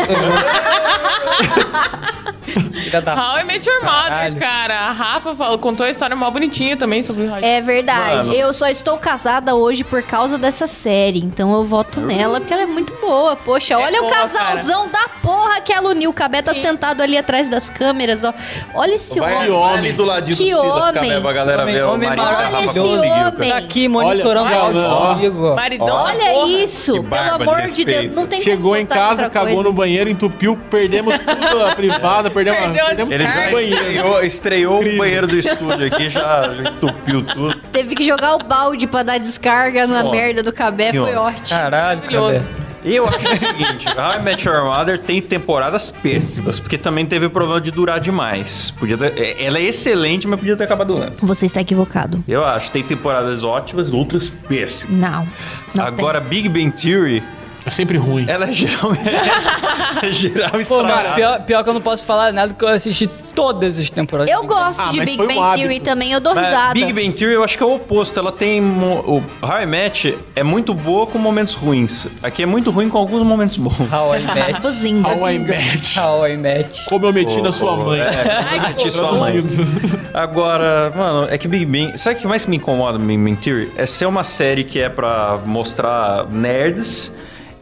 S5: Filha da
S6: How I Met Your Mother,
S5: Caralho.
S6: cara. A Rafa falou, contou a história mó bonitinha também sobre o
S3: É verdade.
S2: Mano.
S3: Eu só estou casada hoje por causa dessa série. Então eu voto
S2: Hum.
S3: nela porque ela é muito boa. Poxa, olha o
S6: boa,
S3: casalzão da porra que ela uniu. O Cabé tá sentado ali atrás das câmeras, ó. Olha esse
S2: Vai,
S3: homem.
S2: vai ali do ladinho
S3: Que
S2: do Silas,
S3: homem.
S2: Cabé, pra galera
S5: Homem-
S2: ver
S5: homem
S2: o marido da
S5: maravilhoso.
S2: Rafa
S3: Olha esse
S2: conseguiu, cara.
S3: homem.
S5: Tá aqui monitorando
S4: Olha,
S5: o áudio
S4: ó.
S5: comigo, ó.
S6: Maridão. da
S3: Olha
S6: porra.
S3: isso, pelo
S2: barba de
S3: amor de Deus.
S2: respeito.
S3: Não tem
S4: Chegou
S3: como
S4: em
S3: botar
S4: casa,
S3: outra
S4: cagou
S3: coisa.
S4: no banheiro, entupiu, perdemos tudo a privada, perdemos,
S6: Perdeu a
S4: perdemos
S2: Ele já
S4: tudo.
S2: estreou,
S4: banheiro.
S2: estreou o banheiro do estúdio aqui, já entupiu tudo.
S3: Teve que jogar o balde pra dar descarga na
S2: Ó.
S3: merda do Cabé.
S2: Que
S3: Foi
S2: ó.
S3: ótimo.
S5: Caralho,
S6: Maravilhoso.
S5: cara.
S2: E eu acho o seguinte, How I Met Your Mother tem temporadas péssimas, porque também teve o problema de durar demais. Podia ter- é- ela é excelente, mas podia ter acabado antes.
S3: Você está equivocado.
S2: Eu acho, tem temporadas ótimas, outras péssimas.
S3: Não. não
S2: Agora, Big Bang Theory
S4: É sempre ruim.
S2: Ela é geral, é geral
S5: Pô,
S2: estragada.
S5: mano, pior, pior que eu não posso falar nada que eu assisti todas as temporadas.
S3: Eu gosto
S4: Ah,
S3: de
S4: mas
S3: Big
S4: foi um
S3: Bang
S4: hábito.
S3: Theory também, eu dou
S2: Mas
S3: risada.
S2: Big Bang Theory eu acho que é o oposto. Ela tem. mo- O How I Met é muito boa com momentos ruins. Aqui é muito ruim com alguns momentos bons.
S5: How I Met.
S3: Buzinga.
S4: How I Met.
S5: How I Met.
S4: Como eu meti na sua
S2: Pô,
S4: mãe.
S2: É,
S6: Ai, que
S2: meti sua mãe. Agora, mano, é que Big Bang. Sabe o que mais me incomoda no Big Bang Theory? É ser uma série que é pra mostrar nerds.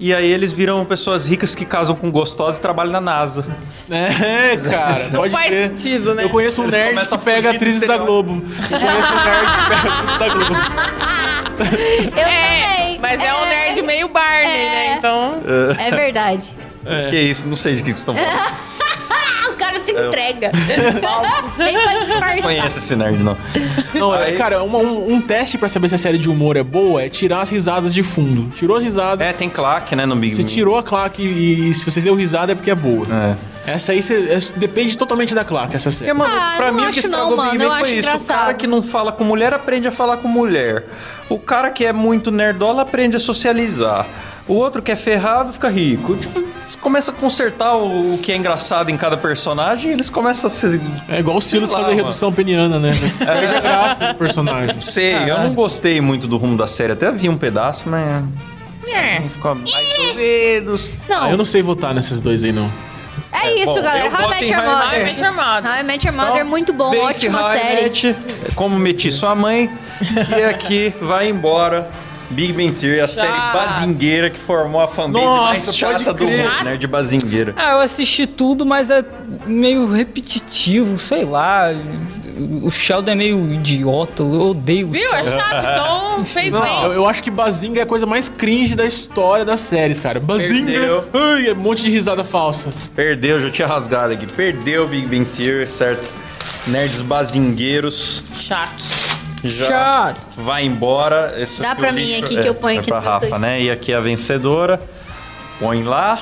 S2: E aí eles viram pessoas ricas que casam com gostosos e trabalham na NASA.
S4: É, cara.
S6: Não
S4: pode
S6: faz
S4: crer.
S6: sentido, né?
S4: Eu conheço um
S2: Eles
S4: nerd
S2: começam
S4: que
S2: a
S4: pega
S2: fugir do
S4: atrizes da
S2: estereótipo.
S4: Globo. Eu conheço um nerd que pega atrizes da Globo.
S3: Eu
S6: É,
S3: também.
S6: mas é, um nerd meio Barney,
S3: É.
S6: né? Então.
S3: É verdade.
S2: Que isso, não sei de que vocês estão falando.
S3: Ah, o cara se entrega. Nem pra
S2: Não
S3: disfarçar.
S2: conheço esse nerd, não.
S4: Não, é,
S2: Aí-
S4: cara, uma- um, um teste pra saber se a série de humor é boa é tirar as risadas de fundo. Tirou as risadas.
S2: É, tem claque, né, no Big
S4: Você
S2: Bang.
S4: tirou a claque e, e se você deu risada é porque é boa.
S2: É.
S4: Essa aí cê- essa- depende totalmente da claque, essa série.
S2: Porque, mano,
S3: Ah,
S2: pra
S3: eu não
S2: mim o que
S3: acho não,
S2: estragou o Big
S3: mano, eu
S2: Bang foi
S3: acho
S2: isso. O cara
S3: engraçado.
S2: que não fala com mulher aprende a falar com mulher. O cara que é muito nerdola aprende a socializar. O outro que é ferrado fica rico. Tipo, eles começam a consertar o, o que é engraçado em cada personagem e eles começam a se...
S4: É igual o Silas
S2: Sei lá,
S4: fazer
S2: mano. É
S4: redução peniana, né? Perde a graça do personagem.
S2: Sei, eu não gostei muito do rumo da série. Até vi um pedaço, mas
S6: É.
S2: ficou mais ou menos.
S4: Ah, eu
S3: Não,
S4: não sei votar nesses dois aí, não.
S3: é isso,
S2: bom,
S3: galera.
S2: eu
S3: How I
S2: voto
S3: Met
S2: em How
S3: Your
S2: I
S3: Mother.
S6: Ai, Met Your Mother.
S3: How I Met Your Mother, é muito bom,
S2: Base
S3: ótima
S2: High
S3: série.
S2: Net, como meti sua mãe, e aqui vai embora. Big Bang Theory, a série bazingueira que formou a fanbase
S4: Nossa,
S2: mais chata
S4: pode
S2: do
S4: crer.
S2: mundo, nerd bazingueira.
S5: Ah, eu assisti tudo, mas é meio repetitivo, sei lá. O Sheldon é meio idiota, eu odeio.
S6: Viu? É chato, então fez bem.
S4: Eu, eu acho que Bazinga é a coisa mais cringe da história das séries, cara. Bazinga!
S2: Perdeu.
S4: Ai, é um monte de risada falsa.
S2: Perdeu, já tinha rasgado aqui. Perdeu Big Bang Theory, certo? Nerds bazingueiros
S6: Chato.
S2: já
S3: Chato.
S2: vai embora. Esse
S3: Dá
S2: aqui é
S3: pra
S2: o
S3: mim
S2: lixo-
S3: aqui que eu ponho
S2: é
S3: aqui
S2: pra
S3: no
S2: Rafa,
S3: canto.
S2: né? E aqui a vencedora. Põe lá.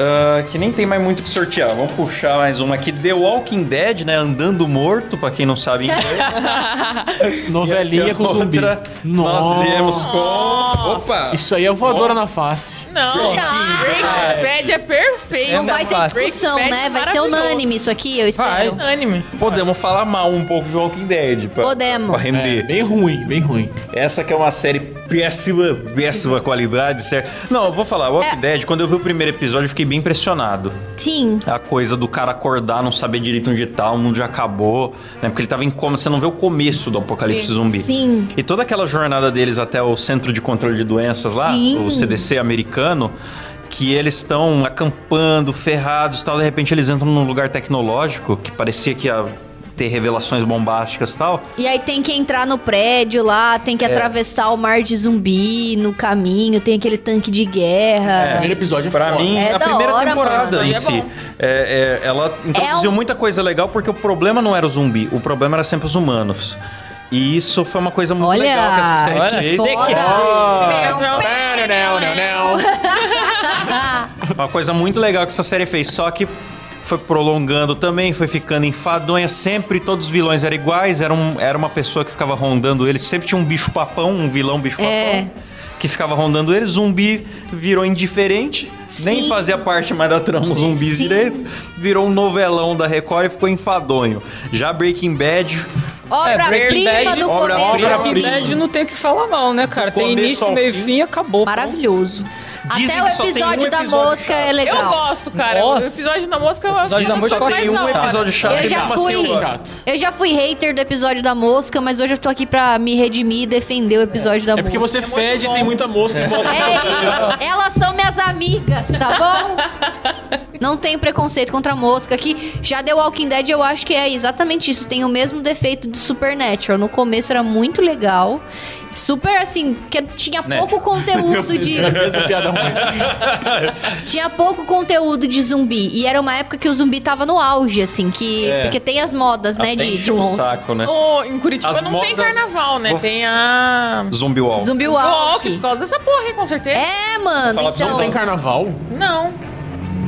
S2: Ah, que nem tem mais muito o que sortear. Vamos puxar mais uma aqui. The Walking Dead, né? Andando morto, pra quem não sabe inglês.
S4: Novelinha com zumbi.
S2: Outra,
S4: Nossa.
S2: Nós viemos com. Opa!
S4: Isso aí é voadora na face.
S6: Não,
S3: Tá.
S6: Breaking Bad é perfeito.
S3: Não vai ter
S5: fácil.
S3: discussão,
S6: Breaking
S3: né?
S6: Bad
S3: Vai ser
S6: maravilhoso.
S3: unânime isso aqui, eu espero.
S6: Anime.
S2: Podemos falar mal um pouco de Walking Dead. Pra,
S3: Podemos.
S2: Pra
S4: É,
S2: render.
S4: bem ruim, bem ruim.
S2: Essa que é uma série péssima, péssima qualidade, certo? Não, eu vou falar, Walking
S3: É.
S2: Dead, quando eu vi o primeiro episódio, eu fiquei bem impressionado.
S3: Sim.
S2: A coisa do cara acordar, não saber direito onde tá, o mundo já acabou, né? Porque ele tava em coma, você não vê o começo do apocalipse zumbi.
S3: Sim.
S2: E toda aquela jornada deles até o Centro de Controle de Doenças lá,
S3: Sim.
S2: o CDC americano, que eles estão acampando, ferrados e tal, de repente eles entram num lugar tecnológico que parecia que ia ter revelações bombásticas e tal.
S3: E aí tem que entrar no prédio lá, tem que
S2: É.
S3: atravessar o mar de zumbi no caminho, tem aquele tanque de
S4: O
S3: guerra.
S4: primeiro episódio é
S2: Pra
S4: foda.
S2: mim,
S3: É
S2: a
S3: da
S2: primeira
S3: hora,
S2: temporada
S3: mano.
S2: em
S6: Aí é
S2: si,
S6: bom.
S2: é- é, ela introduziu
S3: um-
S2: muita coisa legal porque o problema não era o zumbi, o problema era sempre os humanos. E isso foi uma coisa muito
S3: Olha,
S2: legal que essa série
S5: olha
S2: fez.
S5: só.
S6: Mesmo, eu-
S4: Não, não, não, não.
S2: Uma coisa muito legal que essa série fez, só que foi prolongando também, foi ficando enfadonha. Sempre todos os vilões eram iguais, era, um- era uma pessoa que ficava rondando eles. Sempre tinha um bicho-papão, um vilão bicho-papão.
S3: É.
S2: Que ficava rondando eles, zumbi virou indiferente, nem
S3: Sim.
S2: fazia parte mais da trama os zumbis
S3: Sim.
S2: direito, virou um novelão da Record e ficou enfadonho. Já Breaking Bad,
S3: Obra-prima
S5: Breaking Bad,
S3: do
S2: É, obra-
S3: começo ao
S5: Breaking
S2: obra-prima.
S3: fim.
S5: Bad não tem o que falar mal, né, cara? Tem
S2: começo
S5: início,
S2: ao
S5: meio
S2: fim.
S5: fim e acabou.
S3: Maravilhoso.
S2: Dizem
S3: Até o
S2: que só tem um
S3: episódio da
S2: episódio
S3: mosca
S2: chato.
S3: é
S6: Eu
S3: legal.
S6: gosto, cara.
S5: Nossa.
S6: O episódio da mosca eu acho
S5: Episódio da
S6: que
S5: mosca
S6: eu
S5: só
S6: gosto
S5: tem
S6: mais
S2: um
S6: da hora.
S2: episódio chato.
S3: Eu
S2: que
S3: já
S2: mesmo assim
S3: fui, né,
S2: eu gosto.
S3: eu já fui hater do episódio da mosca, mas hoje eu tô aqui pra me redimir e defender o episódio da
S4: É
S3: mosca.
S4: porque você fede e tem muita mosca
S2: É.
S4: em volta.
S3: Ei, É, elas são minhas amigas, tá bom? Não tenho preconceito contra a mosca aqui. Já The Walking Dead, eu acho que é exatamente isso. Tem o mesmo defeito de Supernatural. No começo era muito legal. Super, assim, que tinha
S4: Né?
S3: pouco conteúdo de...
S4: Mesmo piada ruim.
S3: Tinha pouco conteúdo de zumbi. E era uma época que o zumbi tava no auge, assim. que
S4: É.
S3: Porque tem as modas, né?
S2: até
S3: De, de
S2: encheu o
S3: mon-
S2: saco, né?
S6: O- em Curitiba
S2: As
S6: não tem
S2: modas-
S6: carnaval, né?
S2: Vou-
S6: Tem a.
S2: Zumbi Wall.
S3: zumbi
S6: Walk,
S3: walk.
S6: por causa dessa porra aí, com certeza.
S3: É, mano.
S2: Fala pra
S3: Então,
S4: Não tem carnaval?
S6: Não.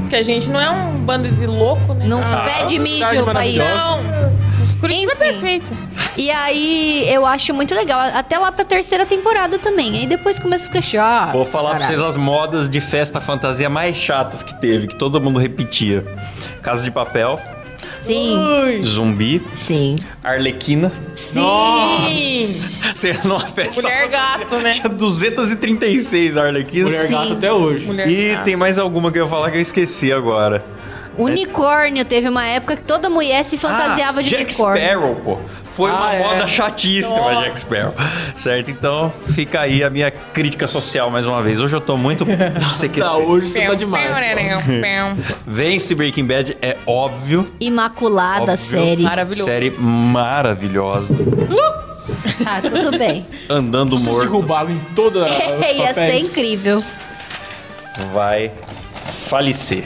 S6: Porque a gente não é um bando de louco, né?
S3: não
S6: Ah.
S3: fede
S4: cidade
S3: mídia o país.
S4: maravilhosa.
S6: Não. Curitiba
S3: Enfim.
S6: é perfeito.
S3: E aí eu acho muito legal. Até lá pra terceira temporada também. Aí depois começa a ficar chato.
S2: Vou falar pra
S3: caralho.
S2: vocês as modas de festa fantasia mais chatas que teve, que todo mundo repetia. Casa de Papel,
S3: Sim,
S2: Zumbi,
S3: sim,
S2: Arlequina.
S3: sim.
S2: Você era numa festa
S6: Mulher gato, né?
S2: tinha 236 Arlequinas.
S4: Mulher
S3: Sim.
S4: gata até hoje.
S6: Mulher
S2: E
S6: gato.
S2: tem mais alguma que eu ia falar que eu esqueci agora.
S3: Unicórnio teve uma época que toda mulher se fantasiava
S2: Ah,
S3: de
S2: Jack
S3: unicórnio.
S2: Sparrow, pô. Foi uma
S4: Ah, é.
S2: moda chatíssima,
S6: Nossa.
S2: Jack Sparrow. Certo? Então, fica aí a minha crítica social mais uma vez. Hoje eu tô muito CQC.
S4: Tá, hoje você
S6: Pão,
S4: tá demais.
S6: pão,
S4: cara.
S6: né, pão.
S2: Vence Breaking Bad, é óbvio.
S3: Imaculada
S2: Óbvio.
S3: série.
S6: Maravilhoso.
S2: Série maravilhosa.
S3: Tá, tudo bem.
S2: Andando
S4: Vocês
S2: morto.
S4: derrubaram em toda
S2: Ah,
S4: a
S3: É, Ia ser incrível.
S2: Vai falecer.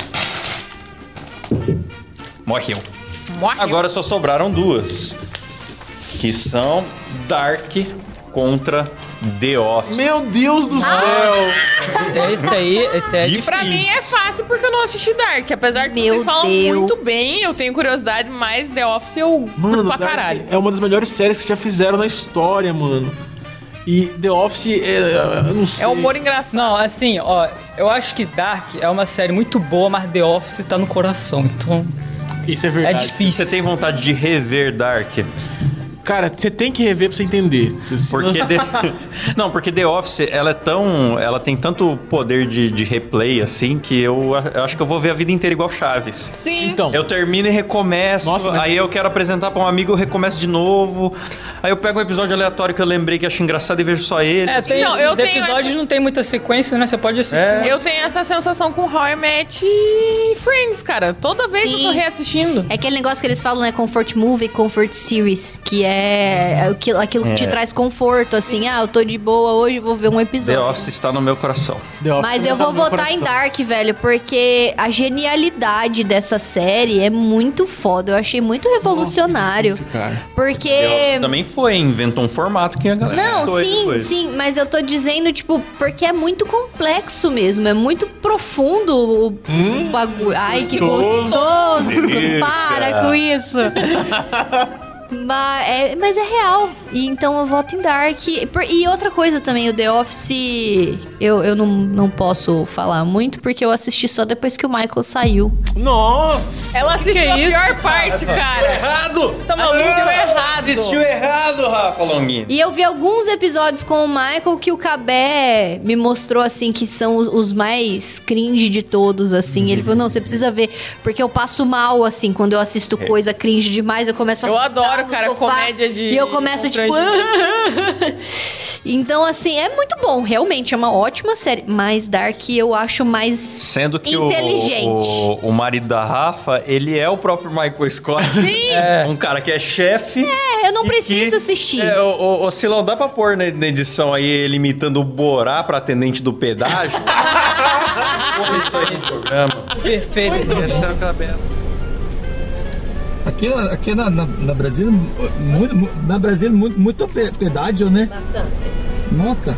S2: Morreu.
S6: Morre.
S2: Agora só sobraram duas. Que são Dark contra The Office.
S4: Meu Deus
S3: Ah!
S4: do céu!
S5: Esse aí, esse aí é de
S6: Pra mim é fácil porque eu não assisti Dark. Apesar de
S3: Meu
S6: vocês falam
S3: Deus.
S6: muito bem, eu tenho curiosidade, mas The Office eu curto pra
S4: Dark
S6: caralho.
S4: é uma das melhores séries que já fizeram na história, mano. E The Office é. Eu não sei.
S6: É humor engraçado.
S5: Não, assim, ó, eu acho que Dark é uma série muito boa, mas The Office tá no coração, então
S4: Isso é
S5: é
S4: verdade.
S5: difícil.
S2: Você tem vontade de rever Dark?
S4: Cara, você tem que rever pra você entender. Se-
S2: Porque The... Não, porque The Office, ela é tão... Ela tem tanto poder de, de replay, assim, que eu, a- eu acho que eu vou ver a vida inteira igual Chaves.
S6: Sim.
S4: Então,
S2: Eu termino e recomeço,
S4: Nossa, mas-
S2: aí eu quero apresentar pra um amigo, eu recomeço de novo. Aí eu pego um episódio aleatório que eu lembrei que acho engraçado e vejo só ele.
S5: É, tem,
S6: Não, eu
S5: os
S6: tenho
S5: episódios
S6: essa- É.
S5: não tem muita sequência, né? Você pode assistir.
S6: Eu tenho essa sensação com How I Met e Friends, cara. Toda vez
S3: Sim.
S6: eu tô reassistindo.
S3: É aquele negócio que eles falam, né? Comfort movie, comfort series. Que é aquilo, aquilo que te traz conforto, assim. Ah, eu tô de boa hoje, vou ver um
S2: The
S3: episódio.
S2: Office está no meu coração.
S4: The Office
S3: Mas
S4: tá
S3: eu
S4: no
S3: vou
S4: meu
S3: votar
S4: coração.
S3: em Dark, velho, porque a genialidade dessa série é muito foda. Eu achei muito
S2: The
S4: Cara.
S3: revolucionário.
S2: Office
S3: Porque.
S2: também foi, inventou um formato que a galera...
S3: É. Não,
S2: inventou
S3: sim,
S2: depois.
S3: sim, mas eu tô dizendo, tipo, porque é muito complexo mesmo, é muito profundo o bagulho. Ai, que gostoso!
S2: Hum? Delícia.
S3: Para com isso! mas, é, mas é real, e então eu voto em Dark. E por- E outra coisa também, o The Office, eu, eu não, não posso falar muito, porque eu assisti só depois que o Michael saiu.
S4: Nossa!
S6: Ela assistiu
S5: que é
S6: a
S5: isso,
S6: pior parte, cara.
S2: Errado!
S5: Tá
S6: Assistiu
S5: maluco?
S6: É errado.
S2: Assistiu errado, Rafa Longini.
S3: E eu vi alguns episódios com o Michael que o Cabé me mostrou, assim, que são os, os mais cringe de todos, assim. Ele falou, não, você precisa ver, porque eu passo mal, assim, quando eu assisto
S2: É.
S3: coisa cringe demais, eu começo a...
S6: Eu
S3: ficar
S6: adoro,
S3: no
S6: cara,
S3: sofá
S6: comédia de-
S3: E eu começo, tipo... então, assim, é muito bom, realmente, é uma ótima série. Mas Dark eu acho mais...
S2: Sendo que o,
S3: Inteligente.
S2: o, o marido da Rafa, ele é o próprio Michael Scott. Sim. Um cara que é chefe.
S3: É, eu não
S2: e
S3: preciso
S2: que-
S3: assistir.
S2: É, o, o, o Silão, dá pra pôr na, na edição aí ele imitando o Borá pra atendente do pedágio? Põe isso aí no programa.
S5: Perfeito.
S2: Esse é o cabelo.
S8: Aqui, aqui na, na, na Brasília, muito, mu- na Brasília, muito, muito pe- pedágio, né? Nota.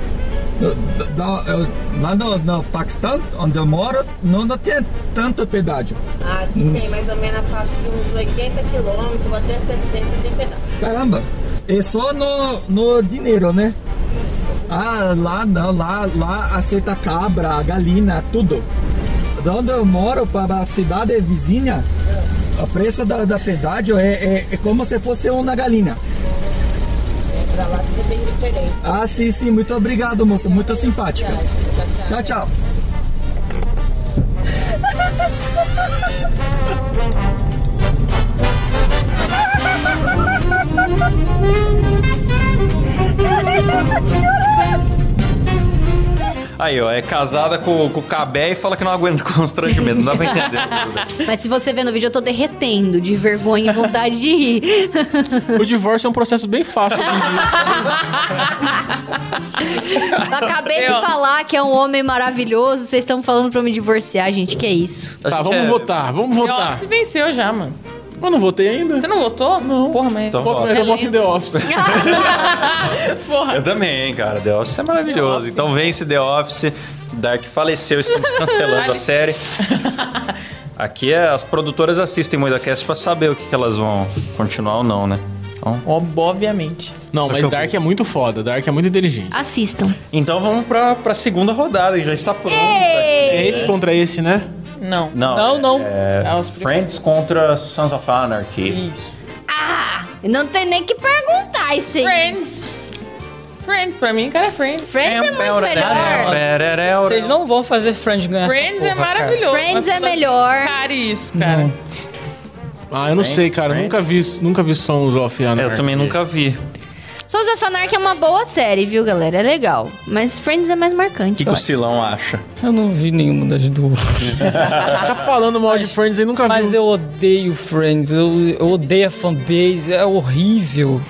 S8: Da, da- lá no, no Paquistão, onde eu moro, não, não tem tanto pedágio.
S9: Aqui tem mais ou menos a faixa de uns 80 quilômetros até 60 tem pedaço.
S8: Caramba, é só no, no dinheiro, né? Ah, lá não, lá, lá aceita cabra, galinha, tudo. Da onde eu moro, para a cidade vizinha, a preço da, da pedágio é, é, é como se fosse uma galinha.
S9: Pra lá tudo é bem diferente.
S8: Ah, sim, sim, muito obrigado, moça, muito simpática. Tchau, tchau.
S2: Aí, ó, é casada com, com o Cabé e fala que não aguenta constrangimento. Não dá pra entender.
S3: Mas se você ver no vídeo, eu tô derretendo de vergonha e vontade de rir.
S4: O divórcio é um processo bem fácil.
S3: Eu acabei de
S6: Eu-
S3: falar que é um homem maravilhoso. Vocês estão falando pra eu me divorciar, gente. Que é isso?
S4: tá, vamos
S2: É.
S4: votar, vamos
S6: The
S4: votar.
S6: Office venceu já, mano.
S4: Eu não votei ainda.
S6: Você não votou? Não. Porra, mas...
S2: Então
S4: Voto,
S2: vota.
S4: mas eu voto em The Office.
S2: Tá
S6: Porra.
S2: Eu também, cara. The Office é maravilhoso. Então vence The Office. Dark faleceu, estamos cancelando a série. Aqui é- as produtoras assistem muito a cast pra saber o que, que elas vão continuar ou não, né? Então,
S6: Ob- Obviamente.
S4: Não, mas Dark é muito foda, Dark é muito inteligente.
S3: Assistam.
S2: então vamos pra, pra segunda rodada, já está pronto.
S4: É esse contra esse, né?
S6: Não.
S2: Não,
S5: Não, não.
S2: é-
S6: É os primeiros.
S2: Friends contra Sons of Anarchy.
S3: Ah, não tem nem que perguntar isso aí.
S6: Friends. Friends, pra mim, cara, é Friends.
S3: Friends é muito
S1: né?
S3: melhor.
S5: Vocês não vão fazer Friends ganhar essa
S6: Friends é
S5: porra, cara.
S6: maravilhoso.
S3: Friends
S6: mas
S3: é
S6: todas-
S3: melhor.
S6: Cara, isso, cara.
S4: Ah, eu não sei, cara.
S2: Friends.
S4: Nunca vi, nunca vi Sons of Anarchy.
S2: Eu também nunca vi.
S3: Sons of Anarchy é uma boa série, viu, galera? É legal. Mas Friends é mais
S2: O que,
S3: marcante.
S2: que
S3: eu
S2: o
S3: acho.
S2: Silão acha?
S5: Eu não vi nenhuma das duas.
S4: Tá falando mal de Friends e nunca
S5: Mas
S4: vi.
S5: eu odeio Friends, eu, eu odeio a fanbase, é horrível.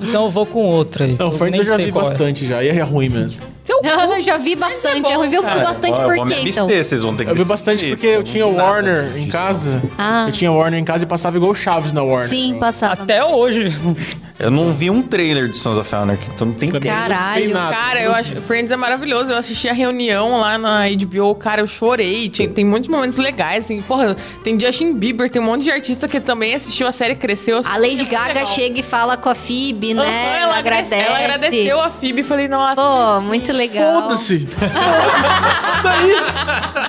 S5: então eu vou com outra aí.
S4: Não, Friends
S5: nem
S4: eu já
S5: sei
S4: vi
S5: qual é.
S4: bastante já, e é ruim mesmo.
S3: Eu já vi bastante.
S6: é bom,
S3: eu revi
S6: cara.
S3: bastante
S2: Ó, eu
S3: por
S2: vou
S3: quê,
S2: me
S3: então?
S2: abster, vocês vão ter que
S4: Eu vi
S2: decidir,
S4: bastante porque eu tinha
S2: não vi nada
S4: Warner em
S2: disso.
S4: casa.
S3: Ah.
S4: Eu tinha Warner em casa e passava igual o Chaves na Warner.
S3: Sim, passava.
S5: Até hoje.
S2: Eu não vi um trailer de Sons of Anarchy, então não tem
S4: Também
S2: tempo.
S4: não
S3: Caralho.
S4: sei nada.
S6: Cara, eu acho Friends é maravilhoso. Eu assisti a reunião lá na HBO, cara, eu chorei. Tinha- tem muitos momentos legais, assim. Porra, tem Justin Bieber, tem um monte de artista que também assistiu a série cresceu.
S3: A Lady Gaga
S6: é Legal.
S3: chega e fala com a Phoebe,
S6: Aham,
S3: né? Ela,
S6: agrade-
S3: agradece.
S6: Ela agradeceu a Phoebe e falei, nossa.
S3: Pô,
S6: que
S3: muito legal.
S4: Foda-se!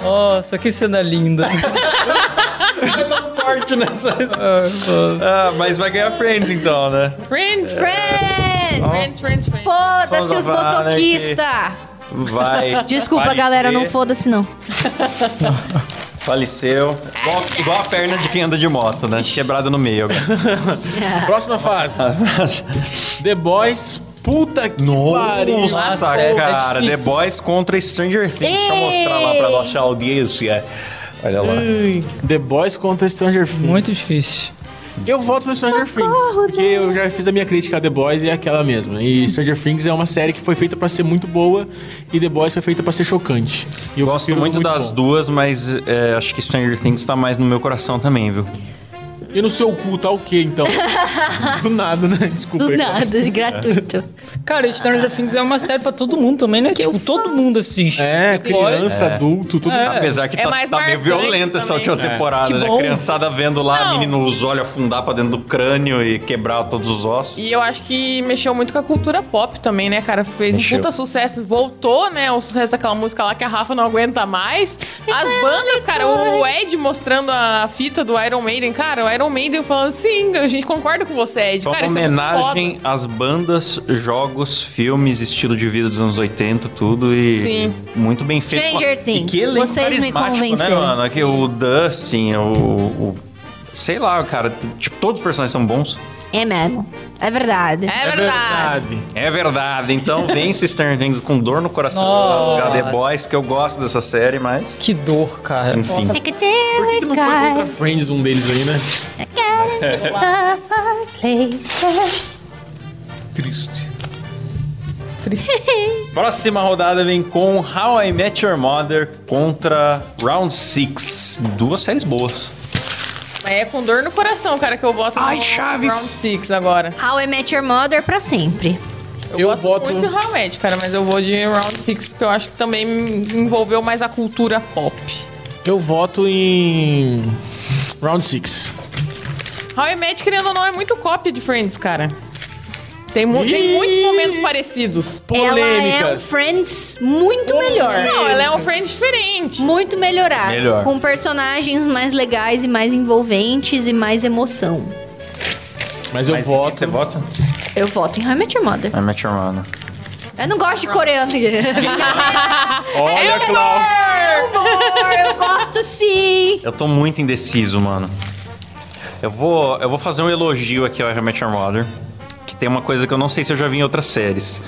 S5: Nossa, que cena linda.
S2: Forte nessa. ah, mas vai ganhar Friends então, né?
S6: Friends,
S3: Friends!
S6: Friends, Friends, Friends.
S3: Foda-se
S2: Sons
S3: os
S2: of Anarchy.
S3: motoquistas!
S2: Vai.
S3: Desculpa,
S2: falecer,
S3: galera, não foda-se não.
S2: Faleceu. Igual, igual a perna de quem anda de moto, né? Quebrada no meio agora.
S4: Próxima fase. The Boys, puta que pariu.
S2: Nossa,
S5: essa é
S2: cara. The
S5: difícil.
S2: Boys contra Stranger Things. Deixa eu mostrar lá pra nossa audiência. Olha lá.
S4: The Boys contra Stranger Things.
S5: Muito difícil.
S4: Eu voto no Stranger Things, porque eu já fiz a minha crítica a The Boys e é aquela mesma. E Stranger Things é uma série que foi feita pra ser muito boa e The Boys foi feita pra ser chocante. E eu
S2: Gosto
S4: prefiro
S2: muito das
S4: bom.
S2: duas, mas é, acho que Stranger Things tá mais no meu coração também, viu?
S4: E no seu cu tá o quê, então? Do nada, né? Desculpa.
S3: Do
S4: aí,
S3: nada, gratuito.
S5: Cara, Stranger Things é uma série pra todo mundo também, né? tipo, todo mundo assiste.
S4: É, criança, adulto, tudo.
S2: Apesar que
S6: É
S2: tá,
S6: mais
S2: tá meio
S6: marcante
S2: violenta essa
S6: também. É.
S2: última temporada,
S5: Que
S2: né?
S5: bom.
S2: Criançada vendo lá,
S6: Não.
S2: menino os olhos afundar pra dentro do crânio e quebrar todos os ossos.
S6: E eu acho que mexeu muito com a cultura pop também, né, cara? Fez
S2: Mexeu.
S6: um puta sucesso. Voltou, né, o sucesso daquela música lá que a Rafa não aguenta mais. As bandas, cara, o Ed mostrando a fita do Iron Maiden. Cara, o Iron Maiden falando, sim, a gente concorda com você, Ed.
S2: Só
S6: cara, isso
S2: uma
S6: é muito foda.
S2: homenagem às bandas, jogos, filmes, estilo de vida dos anos 80, tudo e
S6: Sim.
S2: muito bem feito.
S3: Stranger
S2: E
S3: Things,
S2: que elenco
S3: vocês me
S2: carismático,
S3: convenceram.
S2: Né, mano? Que o Dustin, o, o- sei lá, cara, t- tipo, todos os personagens são bons.
S3: É mesmo. É verdade.
S6: É verdade.
S2: É verdade. Então vence Stranger Things com dor no coração.
S5: Nossa.
S2: Os The Boys, que eu gosto dessa série, mas
S5: Que dor, cara.
S2: enfim.
S3: I could tell
S4: Por que
S3: it
S4: que não foi contra Friends um deles aí, né?
S3: é got far places.
S2: Triste. Próxima rodada vem com How I Met Your Mother contra Round 6. Duas séries boas.
S6: Mas é com dor no coração, cara, que eu voto
S2: Ai,
S6: no
S2: Chaves.
S6: Round Six agora.
S3: How I Met Your Mother pra sempre.
S6: Eu,
S4: Eu
S6: gosto
S4: voto-
S6: muito realmente, cara, mas eu vou de Round Six porque eu acho que também me envolveu mais a cultura pop.
S4: Eu voto em. Round 6.
S6: How I Met, querendo ou não, é muito cópia de Friends, cara. Tem, mu- tem muitos momentos parecidos.
S3: Ela é um Friends muito melhor.
S6: Não, ela é um Friends diferente.
S3: Muito melhorado.
S2: Melhor.
S3: Com personagens mais legais e mais envolventes e mais emoção.
S4: Mas eu
S2: Mas em quem
S4: voto.
S2: Você vota?
S3: Eu voto em How I Met Your Mother.
S2: né? I Met Your Mother.
S3: Eu não gosto de coreano.
S2: Olha, Klaus.
S3: Amor, Ah, eu gosto sim.
S2: Eu tô muito indeciso, mano. Eu vou, eu vou fazer um elogio aqui ao How I Met Your Mother, que tem uma coisa que eu não sei se eu já vi em outras séries.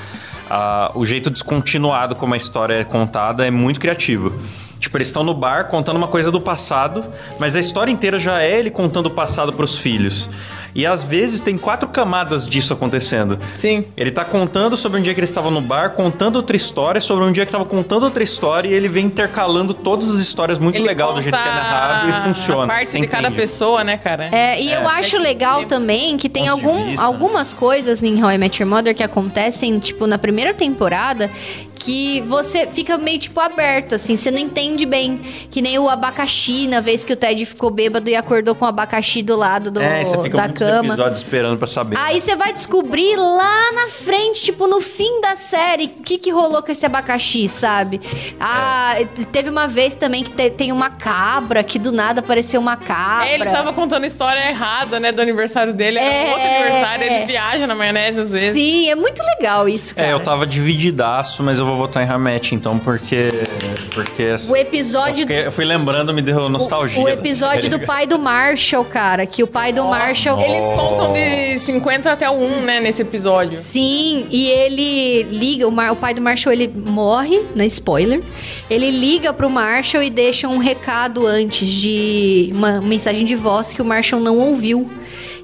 S2: Ah, o jeito descontinuado como a história é contada é muito criativo. Tipo, eles estão no bar contando uma coisa do passado, mas a história inteira já é ele contando o passado pros filhos. E às vezes tem quatro camadas disso acontecendo.
S6: Sim.
S2: Ele tá contando sobre um dia que ele estava no bar, contando outra história, sobre um dia que estava contando outra história, e ele vem intercalando todas as histórias muito
S6: Ele
S2: legal do jeito que é
S6: conta
S2: narrado e funciona.
S6: A parte
S2: você
S6: de cada
S2: entende.
S6: pessoa, né, cara?
S3: É, e eu acho legal também que tem
S2: Ponto de
S3: algum,
S2: vista.
S3: algumas coisas em How I Met Your Mother que acontecem, tipo, na primeira temporada, que você fica meio, tipo, aberto, assim, você não entende bem. Que nem o abacaxi, na vez que o Ted ficou bêbado e acordou com o abacaxi do lado do,
S2: É, você fica
S3: da
S2: muitos
S3: cama.
S2: episódios esperando pra saber. né?
S3: Aí você vai descobrir lá na frente, tipo, no fim da série, o que, que rolou com esse abacaxi, sabe? Ah,
S2: É.
S3: te- teve uma vez também que te- tem uma cabra, que do nada apareceu uma cabra.
S6: É, ele tava contando história errada, né, do aniversário dele. Era
S3: É,
S6: outro aniversário,
S3: é.
S6: ele viaja na maionese às vezes.
S3: Sim, é muito legal isso, cara.
S2: É, eu tava divididaço, mas eu vou votar em Hamet, então, porque. Porque. assim,
S3: O
S2: eu,
S3: episódio...
S2: fiquei- eu fui lembrando, me deu nostalgia. né?
S3: O, o episódio do pai do Marshall, cara, que o pai do Marshall...
S6: Eles
S2: Oh.
S6: contam de 50 até o 1, né, nesse episódio.
S3: Sim, e ele liga, o, Mar- o pai do Marshall ele morre, né? Spoiler. Ele liga pro Marshall e deixa um recado antes de uma mensagem de voz que o Marshall não ouviu.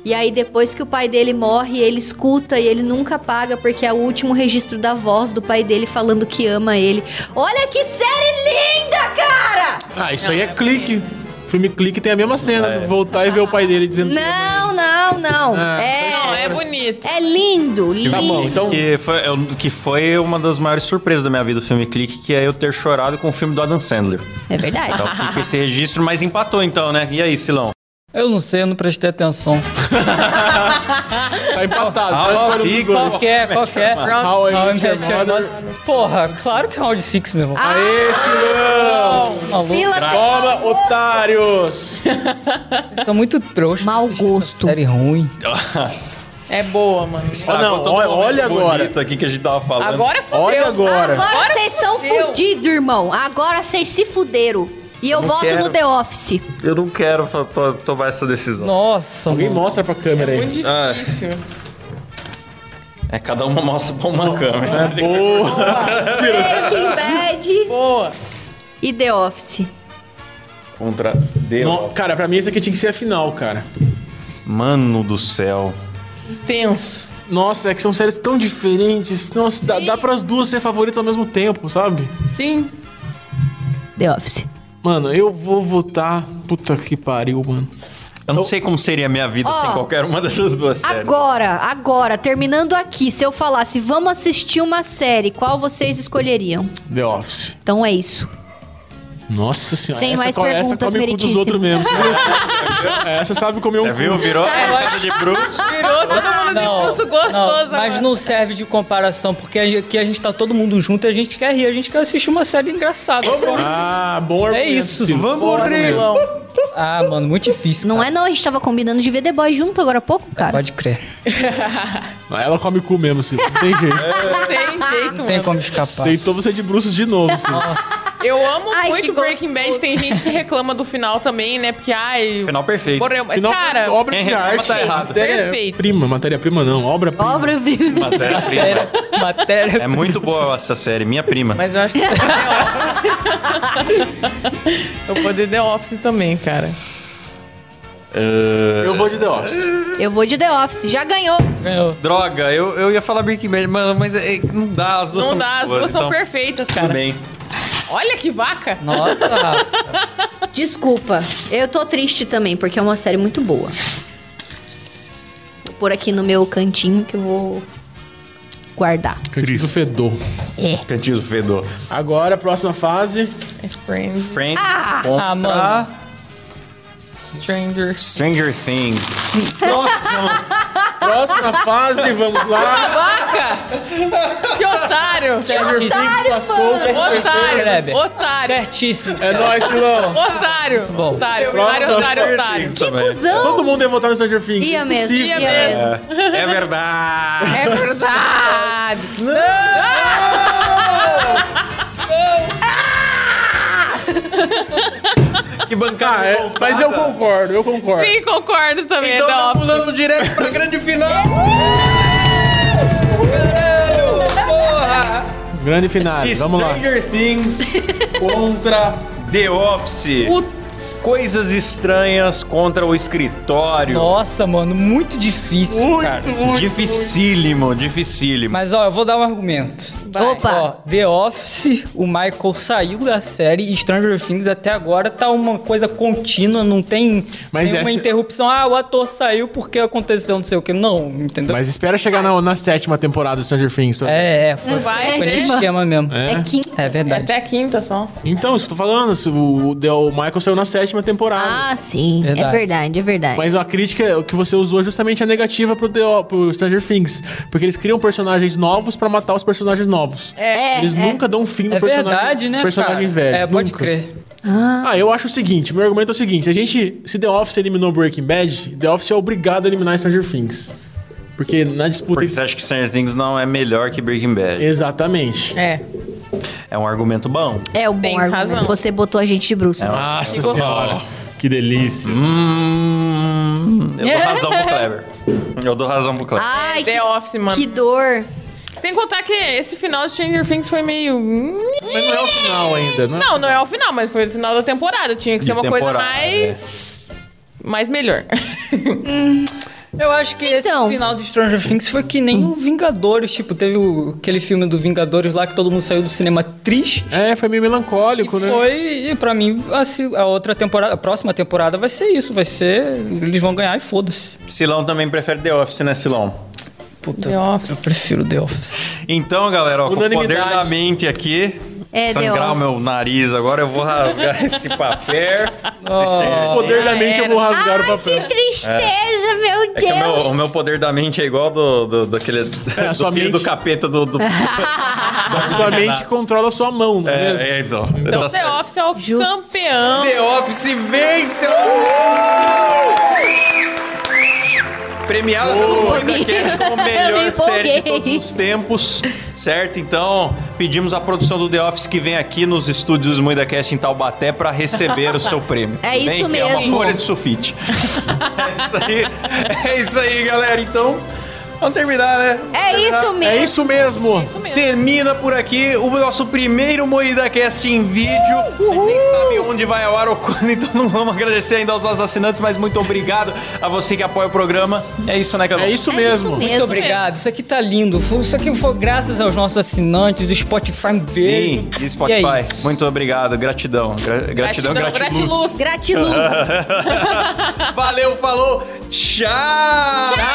S3: E aí depois que o pai dele morre, ele escuta e ele nunca paga porque é o último registro da voz do pai dele falando que ama ele. Olha que série linda, cara!
S4: Ah, isso aí é clique. Filme clique tem a mesma cena.
S2: É.
S4: Voltar e ver o pai dele dizendo.
S3: Não, não, não.
S4: Ah,
S6: Não,
S3: É,
S6: é bonito.
S3: é lindo, lindo.
S4: Tá bom, então.
S2: Que foi, eu- que foi uma das maiores surpresas da minha vida, o filme Clique, que é eu ter chorado com o filme do Adam Sandler.
S3: É verdade.
S2: Então fica esse registro, mas empatou então, né? E aí, Silão?
S5: Eu não sei, eu não prestei atenção.
S4: Tá empatado.
S2: Ah,
S4: Tá
S2: ó,
S4: fora do
S2: siga.
S4: gol.
S5: Qual que é? Qual que é?
S4: How I
S5: How I
S4: Met Your
S5: Met Your
S4: Mother.
S5: Mother. Porra, claro que é Round 6, meu irmão.
S3: Ah,
S5: Maluco,
S3: Silas tem
S4: Toma,
S3: razão.
S4: otários!
S5: vocês são muito trouxas.
S3: Mau gosto.
S5: Série ruim.
S2: Nossa.
S6: É boa, mano.
S4: Ó, não,
S2: todo
S4: ó,
S2: momento
S4: olha agora.
S2: bonito aqui que a gente tava falando.
S6: Agora fodeu.
S4: Olha agora.
S3: Agora
S6: Agora
S3: vocês estão
S6: fudeu.
S3: fudidos, irmão. Agora vocês se fuderam. E eu,
S2: não
S3: voto
S2: quero.
S3: no The Office.
S2: Eu não quero to- to- tomar essa decisão.
S5: Nossa,
S4: Alguém
S5: mano.
S4: mostra pra câmera aí.
S6: Muito Ah, difícil.
S2: É, cada uma mostra pra uma câmera.
S3: Breaking Bad
S6: Boa.
S3: e The Office.
S2: Contra Deus.
S4: No- cara, pra mim isso aqui tinha que ser a final, cara.
S2: Mano do céu.
S6: Tenso.
S4: Nossa, é que são séries tão diferentes. Nossa, dá, dá pras duas ser favoritas ao mesmo tempo, sabe?
S6: Sim.
S3: The Office.
S4: Mano, eu vou votar. Puta que pariu, mano.
S2: Eu não sei como seria a minha vida
S3: Ó, Ah,
S2: sem qualquer uma dessas duas séries.
S3: Agora, agora, terminando aqui, se eu falasse, vamos assistir uma série, qual vocês escolheriam?
S4: The Office.
S3: Então é isso.
S4: Nossa senhora.
S3: Sem
S4: essa
S3: mais
S4: co- essa come o
S3: perguntas,
S4: cu dos
S3: meritíssimo.
S4: outros mesmo. essa sabe comer um
S2: Você viu? Virou a casa de bruxo.
S6: Virou todo mundo discurso
S5: não,
S6: gostoso
S5: mas
S6: agora.
S5: não serve de comparação, porque a gente- aqui a gente tá todo mundo junto e a gente quer rir, a gente quer assistir uma série engraçada.
S4: Ah, bom argumento.
S5: isso.
S4: Ciro.
S2: Vamos
S4: Bom
S2: rir.
S4: argumento.
S6: Não.
S5: Ah, mano, muito difícil.
S3: Não
S5: cara.
S3: é não, a gente tava combinando de ver The Boy junto agora há pouco, cara.
S5: Pode crer.
S4: Ah, Ela come cu mesmo, Ciro. Não tem jeito.
S2: É.
S6: Não tem jeito,
S5: Não tem
S6: mano.
S5: como escapar.
S4: Deitou você de bruços de novo, Ciro.
S6: Eu amo
S3: Ai, que
S6: muito Breaking
S3: gostoso.
S6: Bad. Tem gente que reclama do final também, né? Porque, ai...
S2: Final perfeito.
S6: Morreu. Mas,
S4: Final,
S6: cara...
S4: obra
S2: quem
S4: de
S2: reclama
S4: arte.
S2: tá errado.
S6: Perfeito.
S4: Prima, matéria-prima não, obra-prima.
S3: Obra
S2: Matéria-prima.
S5: Matéria.
S2: É muito boa essa série, minha prima.
S6: Mas eu acho que eu vou The Office. eu vou de The Office também, cara.
S4: Eu vou de The Office.
S3: Eu vou de The Office, já ganhou.
S5: Ganhou.
S2: Droga, eu, eu ia falar Breaking Bad, mano, mas é, não dá, as duas
S6: Não
S2: são
S6: dá, as
S2: boas,
S6: duas
S2: então,
S6: são perfeitas,
S2: Tudo
S6: cara.
S2: bem.
S6: Olha que vaca.
S5: Nossa, Rafa.
S3: Desculpa, eu tô triste também, porque é uma série muito boa. Vou pôr aqui no meu cantinho que eu vou guardar.
S4: Cantinho do fedor.
S2: Cantinho do fedor.
S4: Agora, próxima fase.
S6: É Friends,
S2: Friends
S5: Ah,
S2: contra
S5: mano.
S6: Strangers.
S2: Stranger Things.
S4: Próxima. próxima fase, vamos lá.
S6: Vaca! Que otário!
S2: é tipo,
S5: Certíssimo.
S4: Passou o
S5: né? Kleber.
S6: Otário! Otário!
S5: Certíssimo.
S4: É nóis, Silão.
S6: Otário!
S5: bom.
S6: Otário!
S4: Próximo
S6: Otário, otário,
S2: Stranger
S6: otário!
S2: Things também.
S4: Todo mundo ia votar no Stranger Things.
S3: Ia mesmo, ia
S4: Impossível. né?
S3: mesmo.
S2: É verdade.
S6: É verdade!
S2: Que bancada.
S4: Ah, é, mas eu concordo, eu concordo.
S6: Sim, concordo também, é
S2: Então
S6: The
S2: tá
S6: Office.
S2: pulando direto pra grande final.
S4: Grande finale, vamos lá.
S2: Stranger Things contra The Office.
S6: Putz,
S2: Coisas estranhas contra o escritório.
S5: Nossa, mano, muito difícil, cara.
S2: dificílimo, dificílimo.
S5: Mas ó, eu vou dar um argumento.
S3: Vai. Opa.
S5: Ó, The Office, o Michael saiu da série e Stranger Things até agora tá uma coisa contínua, não tem
S4: Mas
S5: nenhuma
S4: essa-
S5: interrupção. Ah, o ator saiu porque aconteceu não sei o que. Não, entendeu?
S4: Mas espera chegar na, na sétima temporada do Stranger Things. pra-
S5: É, é, foi,
S6: Não vai,
S5: foi esse
S6: né?
S5: esquema mesmo. É,
S4: É.
S3: É quinta.
S5: verdade.
S6: Até a quinta só.
S4: Então, isso que eu tô falando. se O, o, The- o Michael saiu na sétima temporada.
S3: Ah, sim. É
S5: Verdade.
S3: verdade, é verdade.
S4: Mas a crítica é o que você usou justamente a negativa pro, The, O- pro Stranger Things. Porque eles criam personagens novos pra matar os personagens novos.
S3: É,
S4: Eles
S3: é.
S4: nunca dão um fim no
S5: É
S4: personagem,
S5: verdade, né,
S4: personagem
S5: cara?
S4: velho.
S5: É, pode
S4: nunca.
S5: crer.
S4: Ah, eu acho o seguinte, meu argumento é o seguinte, se a gente, se The Office eliminou Breaking Bad, The Office é obrigado a eliminar Stranger Things. Porque na disputa...
S2: Porque você acha que Stranger Things não é melhor que Breaking Bad?
S4: Exatamente.
S6: É.
S2: É um argumento bom.
S3: É o bom
S6: Tem
S3: argumento.
S6: razão.
S3: Você botou a gente de bruxo.
S2: É
S4: Nossa senhora, que delícia.
S2: Hum, eu dou razão pro Kleber. Eu dou razão pro Kleber.
S4: É
S3: Ai,
S6: The
S3: que,
S6: Office, mano.
S3: que dor.
S6: Sem contar que esse final de Stranger Things foi meio... hum,
S4: Mas não é o final ainda, né?
S6: Não, não é o final, mas foi o final da temporada. Tinha que ser
S2: De
S6: uma coisa
S2: temporada,
S6: mais... Mais melhor.
S5: Eu acho que
S3: Então.
S5: esse final do Stranger Things foi que nem o Vingadores. Tipo, teve o- aquele filme do Vingadores lá que todo mundo saiu do cinema triste.
S4: É, foi meio melancólico, né?
S5: Foi, e pra mim, a, se- a outra temporada, a próxima temporada vai ser isso, vai ser. Eles vão ganhar e foda-se.
S2: Silão também prefere The Office, né, Silão?
S5: Puta,
S6: The Office.
S5: eu prefiro The Office.
S2: Então, galera, ó, com o poder
S4: Unanimidade.
S2: da mente aqui,
S3: É, The
S2: sangrar o
S3: Office.
S2: meu nariz agora, eu vou rasgar esse papel.
S4: O poder da mente eu vou rasgar o papel.
S3: Que tristeza, meu
S2: É que o meu,
S3: Deus.
S2: o meu poder da mente é igual do, do, daquele,
S4: É,
S2: do
S4: a sua
S2: filho
S4: mente.
S2: do capeta do... do- é,
S4: A sua mente controla a sua mão, não é, mesmo?
S2: é, então. Então,
S6: The Office é o campeão.
S2: The Office venceu! Premiada pelo MoidaCast como
S3: Eu me
S2: melhor série de
S3: empolguei.
S2: todos os tempos, certo? Então, pedimos à produção do The Office que vem aqui nos estúdios MoidaCast em Taubaté para receber o seu prêmio.
S3: É
S2: Tudo bem?
S3: isso
S2: Que É uma
S3: mesmo.
S2: folha de sulfite. é, isso aí, é isso aí, galera. Então, vamos terminar, né?
S3: É isso mesmo.
S4: É isso mesmo.
S2: Termina por aqui o nosso primeiro MoídaCast em vídeo. A gente nem sabe onde vai ao ar ou quando, então não vamos agradecer ainda aos nossos assinantes, mas muito obrigado a você que apoia o programa. É isso, né, Carol?
S4: É isso
S3: É
S4: mesmo.
S3: isso
S5: Muito
S3: mesmo.
S5: obrigado, isso aqui tá lindo. Foi- Isso aqui foi graças aos nossos assinantes do Spotify. Um beijo.
S2: Sim, e Spotify.
S5: E é isso.
S2: muito obrigado, gratidão. Gra- gratidão, gratiluz.
S6: gratiluz.
S3: Gratiluz.
S2: Valeu, falou, tchau!